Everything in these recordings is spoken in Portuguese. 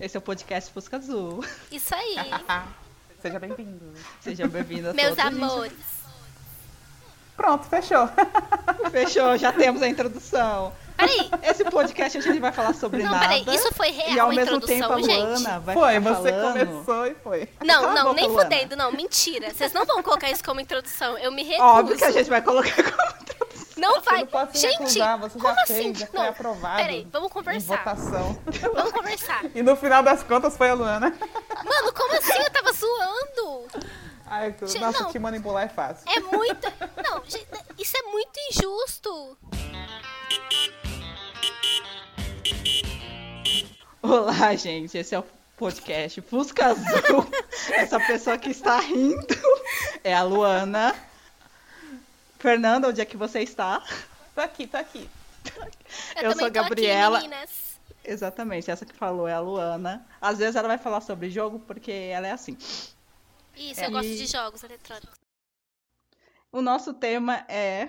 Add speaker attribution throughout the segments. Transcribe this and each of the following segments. Speaker 1: Esse é o podcast Fusca Azul.
Speaker 2: Isso aí.
Speaker 3: Seja bem-vindo.
Speaker 1: Sejam bem-vindos a
Speaker 2: Meus
Speaker 1: todos,
Speaker 2: amores.
Speaker 3: Pronto, fechou.
Speaker 1: gente. Fechou, já temos a introdução.
Speaker 2: Peraí.
Speaker 1: Esse podcast a gente vai falar sobre
Speaker 2: Não,
Speaker 1: nada.
Speaker 2: peraí. Isso foi real
Speaker 1: e ao
Speaker 2: a
Speaker 1: mesmo
Speaker 2: introdução,
Speaker 1: tempo a Luana
Speaker 2: gente?
Speaker 1: vai
Speaker 3: foi,
Speaker 1: ficar
Speaker 3: você
Speaker 1: Tá falando.
Speaker 3: começou e foi.
Speaker 2: Não,
Speaker 1: Cala a
Speaker 2: não,
Speaker 1: boca,
Speaker 2: nem
Speaker 1: Luana.
Speaker 2: fudendo, não. Mentira. Vocês não vão colocar isso como introdução. Eu me recuso.
Speaker 1: Óbvio que a gente vai colocar como introdução.
Speaker 2: Não
Speaker 3: Você
Speaker 2: vai.
Speaker 3: não pode se
Speaker 2: gente,
Speaker 3: recusar, você
Speaker 2: como
Speaker 3: já
Speaker 2: assim?
Speaker 3: fez, já foi
Speaker 2: não.
Speaker 3: aprovado.
Speaker 2: Peraí, vamos
Speaker 3: Em
Speaker 2: conversar.
Speaker 3: votação.
Speaker 2: Vamos conversar.
Speaker 3: E no final das contas foi a Luana.
Speaker 2: Mano, como assim? Eu tava zoando.
Speaker 3: Ai, tu,
Speaker 2: Gente,
Speaker 3: nossa,
Speaker 2: não.
Speaker 3: te manipular é fácil.
Speaker 2: É muito. Não, gente, isso é muito injusto.
Speaker 1: Olá, gente. Esse é o podcast Fusca Azul. Essa pessoa que está rindo é a Luana. Fernanda, onde é que você está?
Speaker 3: Tô Tá aqui, tô aqui.
Speaker 2: Eu,
Speaker 1: Eu
Speaker 2: também
Speaker 1: sou a
Speaker 2: tô
Speaker 1: Gabriela.
Speaker 2: Aqui, meninas.
Speaker 1: Exatamente, essa que falou é a Luana. Às vezes ela vai falar sobre jogo porque ela é assim.
Speaker 2: Isso,
Speaker 1: É.
Speaker 2: eu gosto
Speaker 1: E-
Speaker 2: de jogos eletrônicos.
Speaker 1: O nosso tema é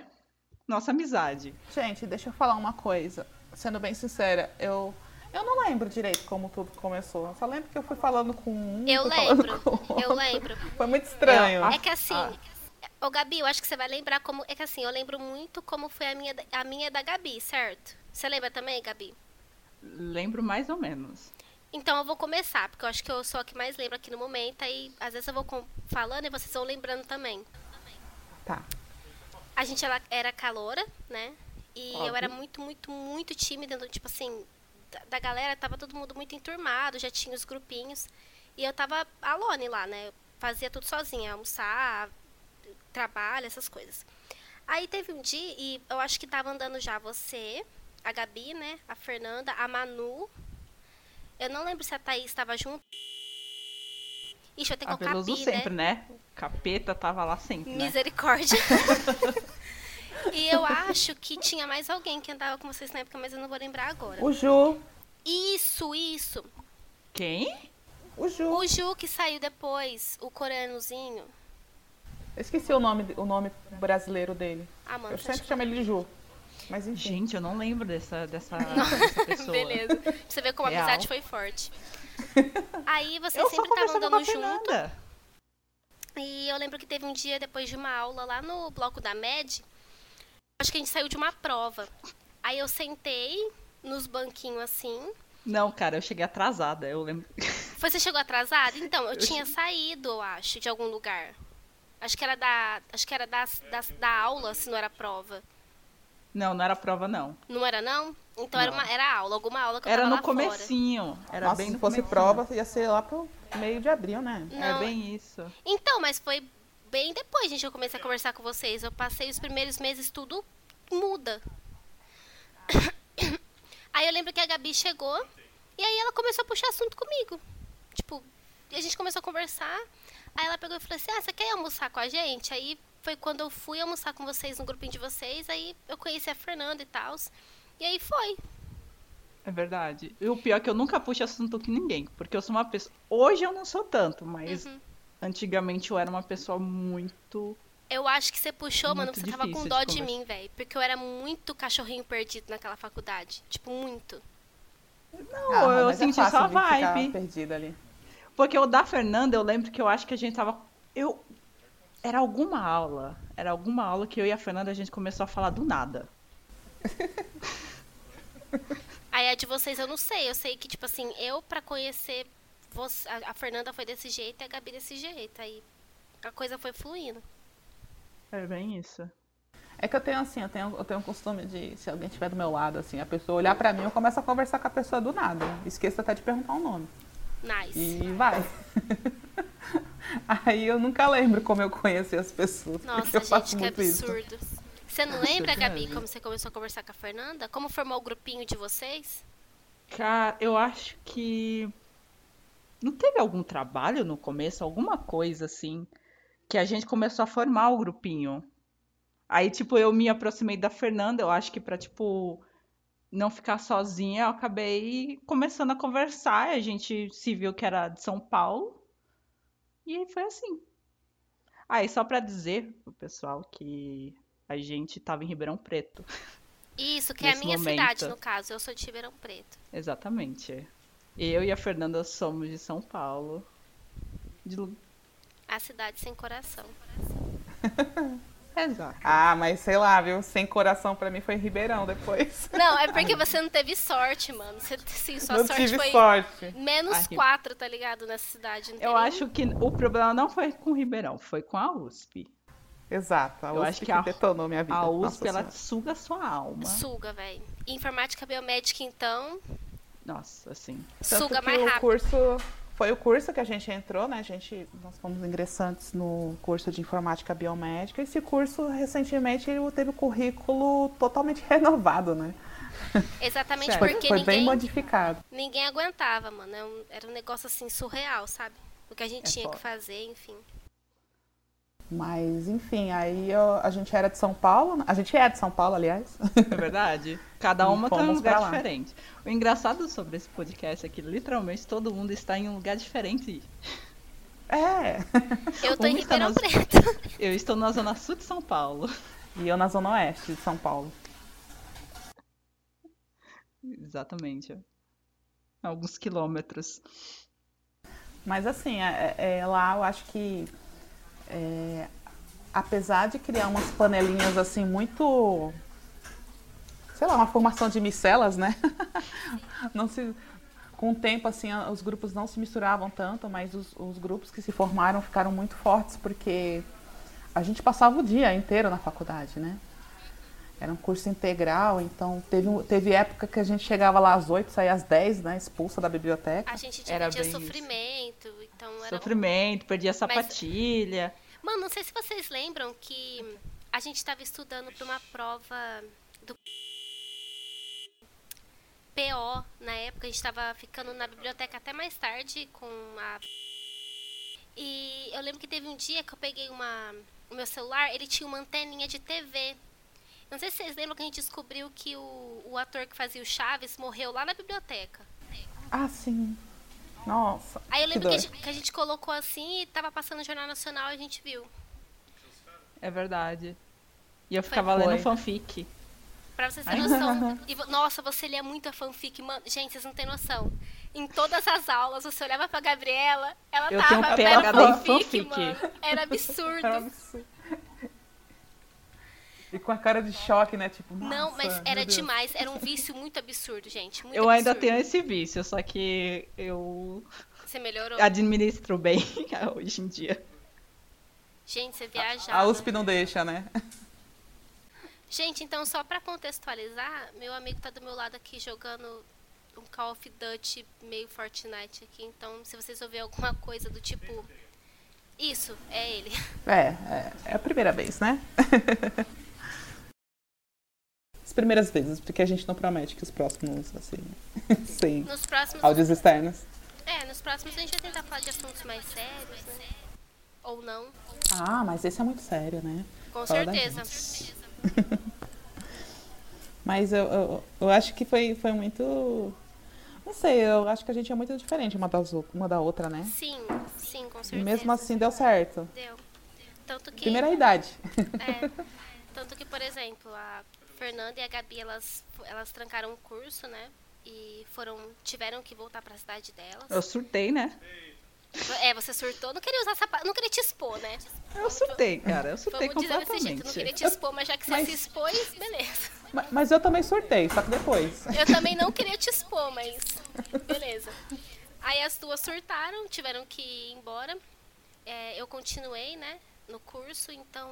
Speaker 1: nossa amizade.
Speaker 3: Gente, deixa eu falar uma coisa. Sendo bem sincera, eu, eu não lembro direito como tudo começou. Eu só lembro que eu fui falando com um.
Speaker 2: Eu
Speaker 1: tá
Speaker 3: fui falando
Speaker 2: lembro.
Speaker 3: com o
Speaker 2: Eu
Speaker 3: outro.
Speaker 2: lembro.
Speaker 3: Foi muito estranho.
Speaker 2: É que assim. Ô, Gabi, eu acho que você vai lembrar como. É que assim, eu lembro muito como foi a minha, a minha da Gabi, certo? Você lembra também, Gabi?
Speaker 1: Lembro mais ou menos.
Speaker 2: Então eu vou começar, porque eu acho que eu sou a que mais lembro aqui no momento, aí às vezes eu vou com- falando e vocês vão lembrando também.
Speaker 3: Tá.
Speaker 2: A gente ela era caloura, né? E eu
Speaker 3: Óbvio.
Speaker 2: era muito, muito, muito tímida, então, tipo assim, da, da galera tava todo mundo muito enturmado, já tinha os grupinhos. E eu tava alone lá, né? Eu fazia tudo sozinha, almoçar, trabalho, essas coisas. Aí teve um dia, e eu acho que tava andando já você, a Gabi, né? A Fernanda, a Manu. Eu não lembro se a Thaís estava junto. Ixi, eu tenho
Speaker 1: A
Speaker 2: que colocar a
Speaker 1: Veloso
Speaker 2: Bi, né?
Speaker 1: sempre, né? Capeta tava lá sempre. Né?
Speaker 2: Misericórdia. e eu acho que tinha mais alguém que andava com vocês na época, mas eu não vou lembrar agora.
Speaker 3: O Ju.
Speaker 2: Isso, isso.
Speaker 1: Quem?
Speaker 3: O Ju.
Speaker 2: O Ju que saiu depois, o coreanozinho.
Speaker 3: Eu esqueci o nome, o nome brasileiro dele.
Speaker 2: Ah, mano,
Speaker 3: Eu
Speaker 2: você acha
Speaker 3: sempre chamo ele de Ju. Mas enfim.
Speaker 1: Gente, eu não lembro dessa, dessa, dessa pessoa.
Speaker 2: Beleza. Pra Você vê como a
Speaker 1: Real.
Speaker 2: amizade foi forte. Aí vocês
Speaker 1: Eu só
Speaker 2: sempre
Speaker 1: conversava
Speaker 2: estavam
Speaker 1: com a
Speaker 2: andando junto.
Speaker 1: Fernanda.
Speaker 2: E eu lembro que teve um dia depois de uma aula lá no bloco da MED, acho que a gente saiu de uma prova. Aí eu sentei nos banquinhos assim,
Speaker 1: Não, cara, eu cheguei atrasada. Eu lembro.
Speaker 2: Você chegou atrasada? Então, eu, tinha saído, eu acho, de algum lugar. Acho que era da. Acho que era da, da, da aula, se não era prova.
Speaker 1: Não, não era prova, não.
Speaker 2: Não era, não? Então era,
Speaker 1: Não.
Speaker 2: uma, era aula, alguma aula que eu
Speaker 1: Era
Speaker 2: tava
Speaker 1: no
Speaker 2: lá
Speaker 1: comecinho. Era
Speaker 3: Nossa,
Speaker 1: bem
Speaker 3: se
Speaker 1: no
Speaker 3: fosse
Speaker 1: comecinho.
Speaker 3: prova, ia ser lá pro meio de abril, né?
Speaker 2: fora.
Speaker 1: É
Speaker 2: Não.
Speaker 1: bem isso.
Speaker 2: Então, mas foi bem depois, gente, eu comecei a conversar com vocês. Eu passei os primeiros meses, tudo muda. Aí eu lembro que a Gabi chegou e aí ela começou a puxar assunto comigo. Tipo, e a gente começou a conversar. Aí ela pegou e falou assim: Ah, você quer almoçar com a gente? Aí foi quando eu fui almoçar com vocês no grupinho de vocês. Aí eu conheci a Fernanda e tal. E aí foi.
Speaker 1: É verdade. E o pior é que eu nunca puxo assunto com ninguém, porque eu sou uma pessoa. Hoje eu não sou tanto, mas antigamente eu era uma pessoa muito.
Speaker 2: Eu acho que você puxou, mano,
Speaker 1: Muito
Speaker 2: você tava
Speaker 1: difícil
Speaker 2: com
Speaker 1: de
Speaker 2: dó de
Speaker 1: conversar.
Speaker 2: mim, velho. Porque eu era muito cachorrinho perdido naquela faculdade. Tipo, muito.
Speaker 1: Não,
Speaker 3: Ah,
Speaker 1: eu
Speaker 3: mas é
Speaker 1: senti
Speaker 3: fácil
Speaker 1: só a
Speaker 3: de ficar
Speaker 1: vibe.
Speaker 3: perdida ali.
Speaker 1: Porque o da Fernanda, eu lembro que eu acho que a gente tava. Eu. Era alguma aula. Era alguma aula que eu e a Fernanda a gente começou a falar do nada.
Speaker 2: Aí a de vocês eu não sei. Eu sei que, tipo assim, eu pra conhecer você, a a Fernanda foi desse jeito e a Gabi desse jeito. Aí a coisa foi fluindo.
Speaker 1: É bem isso.
Speaker 3: É que eu tenho assim, eu tenho, eu tenho o costume de, se alguém estiver do meu lado, assim, a pessoa olhar pra mim, eu começo a conversar com a pessoa do nada. Esqueço até de perguntar o nome.
Speaker 2: Nice.
Speaker 3: E vai. Aí eu nunca lembro como eu conheci as pessoas. porque
Speaker 2: Nossa,
Speaker 3: eu faço
Speaker 2: gente, que
Speaker 3: muito isso.
Speaker 2: absurdo. Você não lembra,
Speaker 1: Absurdo, né,
Speaker 2: Gabi,
Speaker 1: gente?
Speaker 2: como você começou a conversar com a Fernanda? Como formou o grupinho de vocês?
Speaker 1: Cara, eu acho que. Não teve algum trabalho no começo, alguma coisa assim, que a gente começou a formar o grupinho. Aí, tipo, eu me aproximei da Fernanda, eu acho que pra, tipo, não ficar sozinha, eu acabei começando a conversar. A gente se viu que era de São Paulo. E aí foi assim. Aí, só pra dizer pro pessoal que a gente tava em Ribeirão Preto.
Speaker 2: Isso, que é a
Speaker 1: Nesse
Speaker 2: minha
Speaker 1: momento.
Speaker 2: cidade, no caso. Eu sou de Ribeirão Preto.
Speaker 1: Exatamente. Eu e a Fernanda somos de São Paulo. De... lu-
Speaker 2: A cidade sem coração.
Speaker 1: Exato.
Speaker 3: Ah, mas sei lá, viu? Sem coração pra mim foi Ribeirão depois.
Speaker 2: Não, é porque você não teve sorte, mano. Você, sim, sua
Speaker 3: Não
Speaker 2: sorte
Speaker 3: tive
Speaker 2: foi
Speaker 3: sorte.
Speaker 2: menos
Speaker 1: Ai, que-
Speaker 2: 4, tá ligado? Nessa cidade. Não tem
Speaker 1: Eu
Speaker 2: nem-
Speaker 1: acho que o problema não foi com o Ribeirão, foi com a USP.
Speaker 3: Exato. A
Speaker 1: Eu
Speaker 3: USP
Speaker 1: acho que
Speaker 3: que,
Speaker 1: a-
Speaker 3: detonou minha vida.
Speaker 1: A
Speaker 3: Nossa
Speaker 1: USP, ela
Speaker 3: Senhora.
Speaker 1: suga sua alma.
Speaker 2: Suga, velho. Informática biomédica, então,
Speaker 1: Nossa, assim.
Speaker 3: Tanto
Speaker 2: suga
Speaker 3: que
Speaker 2: mais
Speaker 3: o
Speaker 2: rápido.
Speaker 3: curso foi o curso que a gente entrou, né? A gente, nós fomos ingressantes no curso de informática biomédica. Esse curso recentemente ele teve o currículo totalmente renovado, né?
Speaker 2: Exatamente
Speaker 1: Sério.
Speaker 2: porque
Speaker 3: foi bem
Speaker 2: ninguém,
Speaker 3: modificado.
Speaker 2: ninguém aguentava, mano. É um- Era um negócio assim surreal, sabe? O que a gente
Speaker 3: É
Speaker 2: tinha que
Speaker 3: foda.
Speaker 2: fazer, enfim.
Speaker 3: Mas enfim, aí eu- a gente era de São Paulo, né? a gente é de São Paulo, aliás.
Speaker 1: É verdade? Cada
Speaker 3: E
Speaker 1: uma tá em um
Speaker 3: fomos pra
Speaker 1: lugar
Speaker 3: lá.
Speaker 1: diferente. O engraçado sobre esse podcast é que literalmente todo mundo está em um lugar diferente.
Speaker 3: É.
Speaker 2: Eu tô em
Speaker 1: Como está
Speaker 2: Ribeirão
Speaker 1: nós-
Speaker 2: Preto.
Speaker 1: Eu estou na Zona Sul de São Paulo.
Speaker 3: E eu na zona oeste de São Paulo.
Speaker 1: Exatamente. Alguns quilômetros.
Speaker 3: Mas assim, é- é- lá eu acho que é, apesar de criar umas panelinhas assim muito, sei lá, uma formação de micelas, né? Não se, com o tempo assim a- os grupos não se misturavam tanto, mas os, os grupos que se formaram ficaram muito fortes porque a gente passava o dia inteiro na faculdade, né? Era um curso integral, então teve, um- teve época que a gente chegava lá às 8, saía às 10, né? Expulsa da biblioteca.
Speaker 2: A gente
Speaker 1: Era
Speaker 2: dividia
Speaker 1: bem isso.
Speaker 2: sofrimento, então era.
Speaker 1: Sofrimento, perdi a sapatilha.
Speaker 2: Mano, não sei se vocês lembram que a gente tava estudando pra uma prova do PO na época, a gente tava ficando na biblioteca até mais tarde com a E eu lembro que teve um dia que eu peguei uma o meu celular, ele tinha uma anteninha de TV. Não sei se vocês lembram que a gente descobriu que o, o ator que fazia o Chaves morreu lá na biblioteca.
Speaker 3: Ah, sim. Nossa.
Speaker 2: Aí eu lembro que, a
Speaker 3: dor.
Speaker 2: gente, que a gente colocou assim e tava passando no Jornal Nacional e a gente viu.
Speaker 1: É verdade. E eu ficava
Speaker 3: Foi.
Speaker 1: lendo fanfic.
Speaker 2: Pra vocês terem noção. E vo- nossa, você lia muito a fanfic, mano. Gente, vocês não têm noção. Em todas as aulas, você olhava pra Gabriela, ela
Speaker 1: Eu tenho
Speaker 2: tava
Speaker 1: PhD em
Speaker 2: era fanfic,
Speaker 1: fanfic.
Speaker 2: mano. Era
Speaker 3: é um
Speaker 2: absurdo.
Speaker 3: Então E com a cara de choque, né? Tipo,
Speaker 2: Não,
Speaker 3: nossa,
Speaker 2: mas
Speaker 3: meu
Speaker 2: era
Speaker 3: Deus.
Speaker 2: demais. Era um vício muito absurdo, gente. Muito
Speaker 1: Eu ainda
Speaker 2: absurdo.
Speaker 1: tenho esse vício, só que eu
Speaker 2: Você melhorou.
Speaker 1: administro bem hoje em dia.
Speaker 2: Gente, você viajava.
Speaker 3: A USP não deixa, né?
Speaker 2: Gente, então só pra contextualizar, meu amigo tá do meu lado aqui jogando um Call of Duty meio Fortnite aqui. Então, se vocês ouvirem alguma coisa do tipo. Isso, é ele.
Speaker 3: É, é, é a primeira vez, né? As primeiras vezes, porque a gente não promete que os próximos, assim, sem
Speaker 2: Nos próximos
Speaker 3: áudios externos.
Speaker 2: É, nos próximos a gente vai tentar falar de assuntos mais sérios, né? Ou não,
Speaker 3: Ah, mas esse é muito sério, né?
Speaker 2: com
Speaker 3: Fala da
Speaker 2: certeza.
Speaker 3: Mas eu, eu, eu acho que foi, foi muito. Não sei, eu acho que a gente é muito diferente uma, das, ou- uma da outra, né?
Speaker 2: Sim, sim, com
Speaker 3: E
Speaker 2: certeza.
Speaker 3: mesmo assim deu certo.
Speaker 2: Deu. Tanto que,
Speaker 3: Primeira idade.
Speaker 2: é, tanto que, por exemplo, a Fernanda e a Gabi, elas, elas trancaram o curso, né? E foram, tiveram que voltar pra cidade delas.
Speaker 1: Eu surtei, né?
Speaker 2: É, você surtou, não queria usar sapato, não queria te expor, né?
Speaker 1: Eu surtei, cara. Eu surtei
Speaker 2: Vamos dizer desse jeito, não queria
Speaker 1: completamente.
Speaker 2: te expor, mas já que você
Speaker 3: Mas-
Speaker 2: se expôs, beleza.
Speaker 3: Ma- Mas eu também surtei, só que depois.
Speaker 2: Eu também não queria te expor, mas beleza. Aí as duas surtaram, tiveram que ir embora. É, eu continuei, né, no curso, então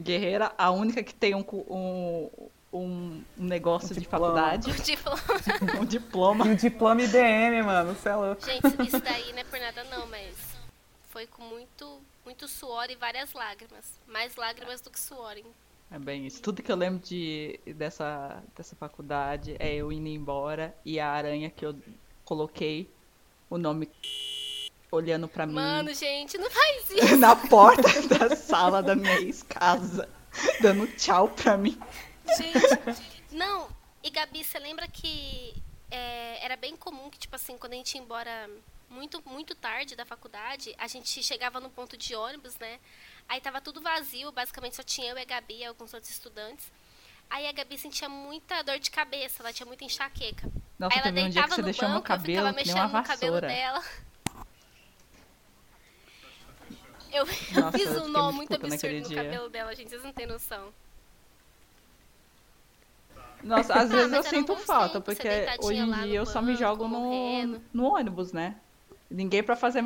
Speaker 1: Guerreira, a única que tem um, cu- um, um negócio de
Speaker 3: diploma.
Speaker 1: faculdade,
Speaker 2: o tipo,
Speaker 1: um diploma.
Speaker 3: E o diploma IBM, mano, você é louco.
Speaker 2: gente, isso daí não é por nada não, mas foi com muito, muito suor e várias lágrimas, mais lágrimas do que suor. Hein?
Speaker 1: É bem isso. Tudo que eu lembro de, dessa, dessa faculdade é eu indo embora e a aranha que eu coloquei o nome olhando pra mim
Speaker 2: Mano, gente, não faz isso.
Speaker 1: na porta da sala da minha ex-casa, dando tchau pra mim.
Speaker 2: Gente, não. E Gabi, você lembra que é, era bem comum que, tipo assim, quando a gente ia embora muito, muito tarde da faculdade, a gente chegava no ponto de ônibus, né? Aí tava tudo vazio, basicamente só tinha eu e a Gabi e alguns outros estudantes. Aí a Gabi sentia muita dor de cabeça, ela tinha muita enxaqueca.
Speaker 1: Nossa,
Speaker 2: Aí ela
Speaker 1: teve um dia que
Speaker 2: deitava
Speaker 1: você
Speaker 2: no
Speaker 1: deixou meu
Speaker 2: banco, eu
Speaker 1: cabelo
Speaker 2: ficava
Speaker 1: que nem uma
Speaker 2: mexendo no cabelo
Speaker 1: vassoura.
Speaker 2: dela. Eu, eu
Speaker 1: Nossa,
Speaker 2: fiz
Speaker 1: eu
Speaker 2: um
Speaker 1: fiquei muito
Speaker 2: nó muito
Speaker 1: puta naquele
Speaker 2: absurdo no
Speaker 1: dia.
Speaker 2: cabelo dela, gente, vocês não têm noção.
Speaker 1: Nossa, às
Speaker 2: Ah,
Speaker 1: vezes
Speaker 2: mas
Speaker 1: eu
Speaker 2: era um
Speaker 1: sinto
Speaker 2: bom
Speaker 1: falta,
Speaker 2: tempo, você
Speaker 1: porque
Speaker 2: deitadinha
Speaker 1: hoje em
Speaker 2: lá no
Speaker 1: dia eu só me
Speaker 2: banco,
Speaker 1: jogo no,
Speaker 2: morrendo.
Speaker 1: no ônibus, né? Ninguém pra fazer.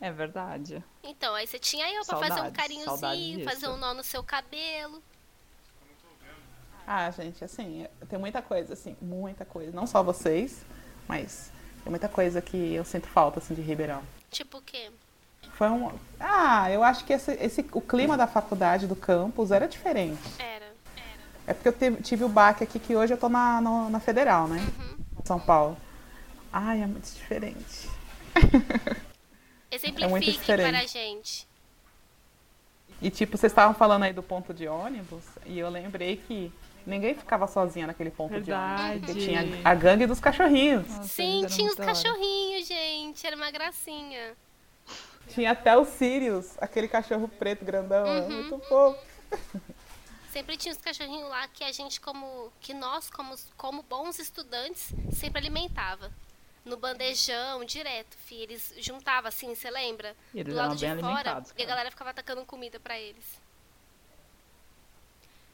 Speaker 1: É verdade.
Speaker 2: Então, aí você tinha eu pra fazer um
Speaker 1: Saudades, saudades
Speaker 2: carinhozinho,
Speaker 1: disso.
Speaker 2: fazer um nó no seu cabelo.
Speaker 3: Ah, gente, assim, tem muita coisa, assim, muita coisa. Não só vocês, mas tem muita coisa que eu sinto falta, assim, de Ribeirão.
Speaker 2: Tipo o quê?
Speaker 3: Foi um. Ah, eu acho que esse, esse- o clima da faculdade, do campus, era diferente.
Speaker 2: Era.
Speaker 3: É porque eu teve- tive o baque aqui que hoje eu tô na, no- na Federal, né? São Paulo. Ai, é muito diferente.
Speaker 2: Exemplifique
Speaker 3: diferente.
Speaker 2: para a gente.
Speaker 3: E tipo, vocês estavam falando aí do ponto de ônibus, e eu lembrei que ninguém ficava sozinha naquele ponto de ônibus.
Speaker 1: Verdade.
Speaker 3: porque Tinha a gangue dos cachorrinhos.
Speaker 1: Nossa, eles
Speaker 2: Sim,
Speaker 1: eram
Speaker 2: tinha
Speaker 1: muito
Speaker 2: os
Speaker 1: da hora.
Speaker 2: cachorrinhos, gente. Era uma gracinha.
Speaker 3: Tinha até o Sirius, aquele cachorro preto grandão, é muito fofo.
Speaker 2: Sempre tinha os cachorrinhos lá que a gente, como. que nós, como, como bons estudantes, sempre alimentava. No bandejão, direto, filho. Eles juntavam assim, você lembra?
Speaker 1: E eles
Speaker 2: Do lado
Speaker 1: eram
Speaker 2: de
Speaker 1: bem
Speaker 2: fora.
Speaker 1: alimentados,
Speaker 2: E a
Speaker 1: cara.
Speaker 2: galera ficava atacando comida pra eles.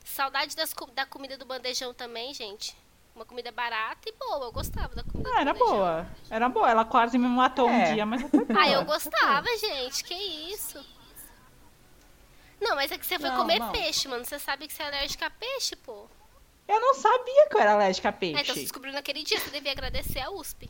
Speaker 2: Saudade das co- da comida do bandejão também, gente. Uma comida barata e boa. Eu gostava da comida do
Speaker 1: Ah, era
Speaker 2: bandejão.
Speaker 1: boa. Era boa. Ela quase me matou
Speaker 3: É.
Speaker 1: um dia, mas foi boa.
Speaker 2: Ah, eu gostava, gente. Que isso? Não, mas é que você foi
Speaker 3: Não,
Speaker 2: comer
Speaker 3: não.
Speaker 2: peixe, mano. Você sabe que você é alérgica a peixe, pô.
Speaker 1: Eu não sabia que eu era alérgica a
Speaker 2: É, então você
Speaker 1: peixe.
Speaker 2: descobriu naquele dia. Você devia agradecer a USP.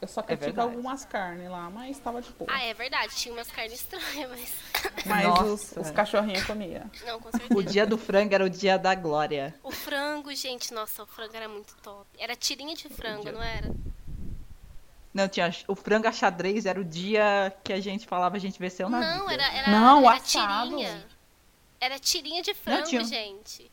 Speaker 3: Eu só critico
Speaker 1: verdade.
Speaker 3: algumas carnes lá, mas tava de boa.
Speaker 2: Ah, é verdade. Tinha umas carnes estranhas, mas.
Speaker 3: Mas os,
Speaker 1: Nossa.
Speaker 3: os cachorrinhos comiam.
Speaker 2: Não, com certeza.
Speaker 1: O dia do frango era o dia da glória.
Speaker 2: O frango, gente, nossa, o frango era muito top. Era tirinha de frango, não era?
Speaker 1: Não, tinha. O frango a xadrez era o dia que a gente falava, a gente venceu na
Speaker 2: Não,
Speaker 1: vida.
Speaker 2: era, era,
Speaker 3: Não,
Speaker 2: era
Speaker 3: assado.
Speaker 2: tirinha. Era tirinha de frango,
Speaker 1: tinha-
Speaker 2: gente.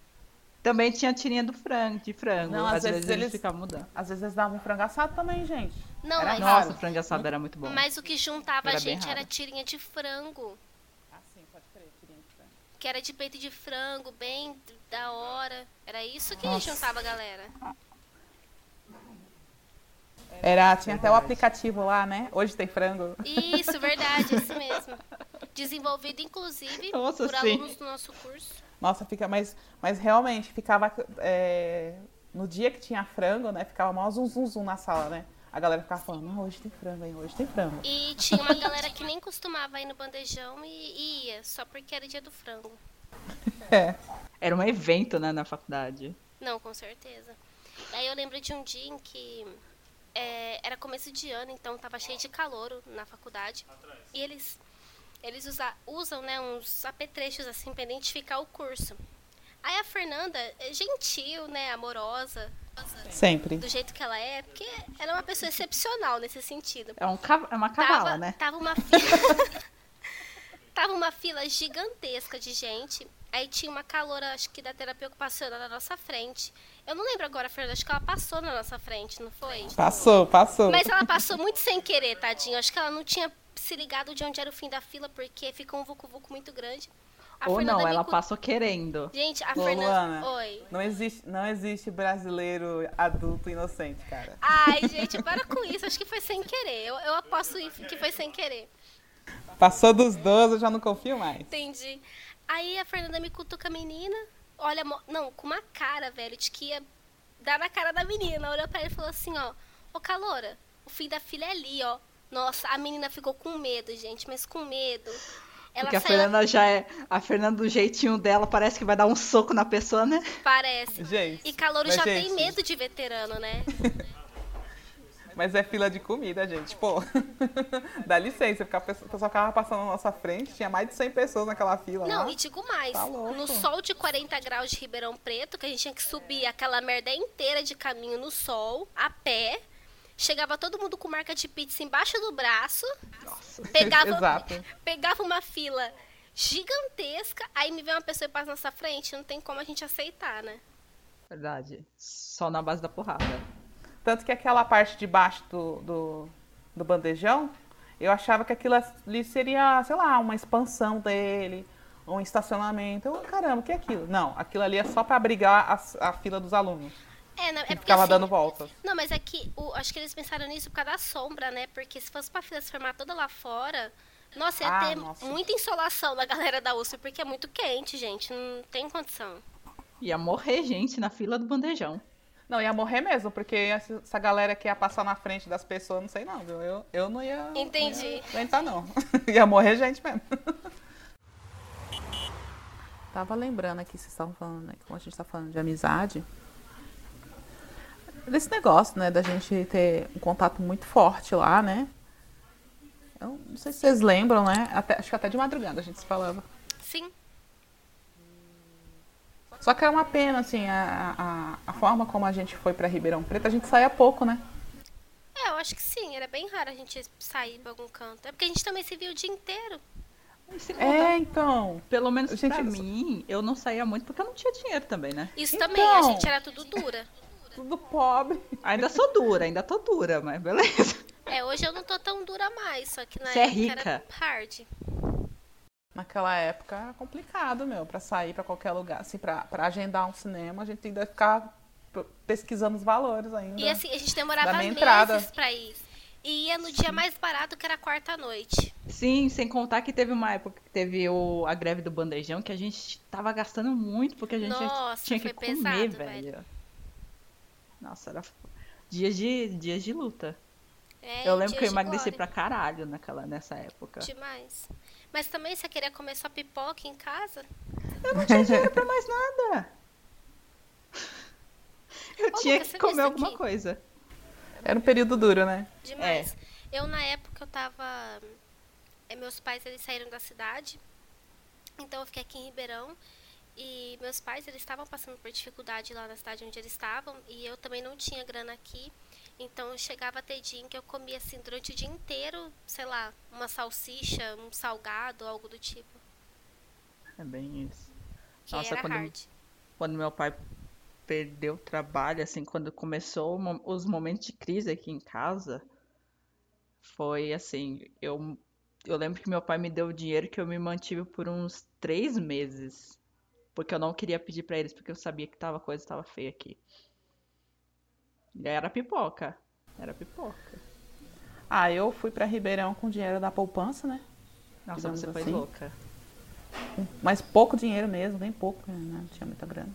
Speaker 1: Também tinha a tirinha do frango, de frango.
Speaker 3: Não,
Speaker 1: às, vezes, eles ficavam mudando.
Speaker 3: Às vezes eles davam um frango assado também, gente.
Speaker 2: Não,
Speaker 3: Era
Speaker 2: mas,
Speaker 3: Nossa.
Speaker 1: Nossa, o frango assado era muito bom.
Speaker 2: mas o que juntava a
Speaker 1: Era bem
Speaker 2: gente
Speaker 1: raro.
Speaker 2: era tirinha de frango.
Speaker 3: Assim, pode crer, tirinha de frango.
Speaker 2: Que era de peito de frango, bem da hora. Era isso que
Speaker 3: Nossa.
Speaker 2: juntava a galera.
Speaker 3: Era, tinha até o aplicativo lá, né? Hoje tem frango.
Speaker 2: Isso, verdade, é isso mesmo. Desenvolvido, inclusive,
Speaker 1: Nossa,
Speaker 2: por
Speaker 1: sim.
Speaker 2: alunos do nosso curso.
Speaker 3: Nossa, fica, mas, mas realmente ficava. é, no dia que tinha frango, né? Ficava mó zum zum zum na sala, né? A galera ficava falando, não, hoje tem frango, hein? Hoje tem frango.
Speaker 2: E tinha uma galera que nem costumava ir no bandejão e, e ia, só porque era dia do frango.
Speaker 3: É.
Speaker 1: Era um evento, né, na faculdade.
Speaker 2: Não, com certeza. E aí eu lembro de um dia em que é, era começo de ano, então tava cheio de calor na faculdade. E eles, eles usa- usam né, uns apetrechos assim pra identificar o curso. Aí a Fernanda, é gentil, né, amorosa,
Speaker 3: Sempre.
Speaker 2: do jeito que ela é, porque ela é uma pessoa excepcional nesse sentido.
Speaker 1: É, um cav- é uma cavala,
Speaker 2: tava,
Speaker 1: né?
Speaker 2: Tava uma fila. tava uma fila gigantesca de gente. Aí tinha uma calora, acho que da terapia ocupacional na nossa frente. Eu não lembro agora, Fernanda, acho que ela passou na nossa frente, não foi?
Speaker 3: Passou, passou.
Speaker 2: Mas ela passou muito sem querer, tadinho. Acho que ela não tinha se ligado de onde era o fim da fila, porque ficou um vucu-vucu muito grande. A
Speaker 1: Ou
Speaker 2: Fernanda
Speaker 1: não,
Speaker 2: me
Speaker 1: ela
Speaker 2: cu-
Speaker 1: passou querendo.
Speaker 2: Gente, a
Speaker 3: Ô,
Speaker 2: ah, Fernanda.
Speaker 3: Luana.
Speaker 2: Oi.
Speaker 3: Não existe, não existe brasileiro adulto inocente, cara.
Speaker 2: Ai, gente, para com isso. Acho que foi sem querer. Eu, eu aposto que foi sem querer.
Speaker 3: Passou dos 12, eu já não confio mais.
Speaker 2: Entendi. Aí a Fernanda me cutuca a menina, olha, mo- não, com uma cara, velho, de que ia dar na cara da menina. Olhou pra ela e falou assim, ó, ô Calora, o fim da filha é ali, ó. Nossa, a menina ficou com medo, gente, mas com medo. Ela
Speaker 1: Porque a
Speaker 2: saiu,
Speaker 1: Fernanda já é. A Fernanda, do jeitinho dela, parece que vai dar um soco na pessoa, né?
Speaker 2: parece.
Speaker 3: Gente.
Speaker 2: E Calouro
Speaker 3: mas,
Speaker 2: já tem
Speaker 3: gente,
Speaker 2: medo de veterano, né?
Speaker 3: Mas é fila de comida, gente. Pô, dá licença, porque a pessoa, a pessoa ficava passando na nossa frente, tinha mais de 100 pessoas naquela fila
Speaker 2: Não,
Speaker 3: lá.
Speaker 2: e digo mais,
Speaker 3: Tá louco.
Speaker 2: no sol de 40 graus de Ribeirão Preto, que a gente tinha que subir aquela merda inteira de caminho no sol, a pé, chegava todo mundo com marca de pizza embaixo do braço, pegava,
Speaker 3: Exato.
Speaker 2: pegava uma fila gigantesca, aí me vê uma pessoa e passa na nossa frente, não tem como a gente aceitar, né?
Speaker 1: Verdade. Só na base da porrada.
Speaker 3: Tanto que aquela parte de baixo do, do, do bandejão, eu achava que aquilo ali seria, sei lá, uma expansão dele, um estacionamento. Eu, caramba, o que é aquilo? Não, aquilo ali é só para abrigar a, a fila dos alunos.
Speaker 2: É, não, é
Speaker 3: que
Speaker 2: porque
Speaker 3: ficava
Speaker 2: assim,
Speaker 3: dando volta.
Speaker 2: Não, mas é que o- acho que eles pensaram nisso por causa da sombra, né? Porque se fosse pra fila se formar toda lá fora, nossa, ia
Speaker 3: Ah,
Speaker 2: ter
Speaker 3: nossa.
Speaker 2: muita insolação da galera da USP, porque é muito quente, gente. Não tem condição.
Speaker 1: Ia morrer gente na fila do bandejão.
Speaker 3: Não, ia morrer mesmo, porque essa essa galera que ia passar na frente das pessoas, não sei não, viu? Eu, eu não ia.
Speaker 2: Entendi.
Speaker 3: Não ia aguentar, não. ia morrer gente mesmo. Tava lembrando aqui, vocês estavam falando, né? Como a gente tá falando de amizade. Desse negócio, né? Da gente ter um contato muito forte lá, né? Eu não sei se vocês lembram, né? até- acho que até de madrugada a gente se falava.
Speaker 2: Sim.
Speaker 3: Só que é uma pena, assim, a, a, a forma como a gente foi pra Ribeirão Preto, a gente saía pouco, né?
Speaker 2: É, eu acho que sim. Era bem raro a gente sair pra algum canto. É porque a gente também se viu o dia inteiro.
Speaker 1: E se contar,
Speaker 3: É, então.
Speaker 1: Pelo menos
Speaker 3: Gente,
Speaker 1: pra
Speaker 3: eu-
Speaker 1: mim, eu não saía muito porque eu não tinha dinheiro também, né?
Speaker 2: Isso também, a
Speaker 3: Então.
Speaker 2: gente era tudo dura.
Speaker 3: Tudo pobre.
Speaker 1: Ainda sou dura, ainda tô dura, mas beleza.
Speaker 2: É, hoje eu não tô tão dura mais, só que na
Speaker 1: Você é
Speaker 2: época era
Speaker 1: rica.
Speaker 2: hard.
Speaker 3: Naquela época era complicado, meu, pra sair pra qualquer lugar, assim, pra, pra agendar um cinema, a gente ainda ficava p- pesquisando os valores ainda.
Speaker 2: E assim, a gente demorava
Speaker 3: Da minha
Speaker 2: meses
Speaker 3: entrada.
Speaker 2: pra ir. E ia no dia mais barato, que era quarta-noite.
Speaker 1: Sim, sem contar que teve uma época que teve o- a greve do bandejão que a gente tava gastando muito porque a gente
Speaker 2: Nossa,
Speaker 1: tinha que
Speaker 2: foi
Speaker 1: comer,
Speaker 2: pesado,
Speaker 1: velho.
Speaker 2: velho.
Speaker 1: Nossa, era f- dias de dias de luta.
Speaker 2: É,
Speaker 1: eu
Speaker 2: em
Speaker 1: lembro que eu
Speaker 2: dias de
Speaker 1: emagreci
Speaker 2: glória.
Speaker 1: pra caralho naquela nessa época.
Speaker 2: Demais. Mas também você queria comer só pipoca em casa?
Speaker 1: Eu não tinha dinheiro pra mais nada. Eu
Speaker 2: Ô,
Speaker 1: tinha
Speaker 2: Lucas,
Speaker 1: que
Speaker 2: você
Speaker 1: comer
Speaker 2: viu isso
Speaker 1: alguma
Speaker 2: aqui?
Speaker 1: coisa.
Speaker 3: Era um período duro, né?
Speaker 2: Demais. Eu na época eu tava eh, meus pais eles saíram da cidade. Então eu fiquei aqui em Ribeirão e meus pais eles estavam passando por dificuldade lá na cidade onde eles estavam e eu também não tinha grana aqui. Então eu chegava a ter dia em que eu comia assim durante o dia inteiro, sei lá, uma salsicha, um salgado, algo do tipo.
Speaker 1: É bem isso.
Speaker 2: Que
Speaker 1: Nossa,
Speaker 2: era
Speaker 1: quando-
Speaker 2: hard.
Speaker 1: quando meu pai perdeu o trabalho, assim, quando começou o mo- os momentos de crise aqui em casa, foi assim, eu, eu lembro que meu pai me deu o dinheiro que eu me mantive por uns três meses, porque eu não queria pedir pra eles, porque eu sabia que tava coisa tava feia aqui. E aí era pipoca, era pipoca.
Speaker 3: Ah, eu fui pra Ribeirão com dinheiro da poupança, né?
Speaker 1: Nossa,
Speaker 3: Digamos
Speaker 1: você foi
Speaker 3: assim.
Speaker 1: louca.
Speaker 3: Mas pouco dinheiro mesmo, bem pouco, né? Não tinha muita grana.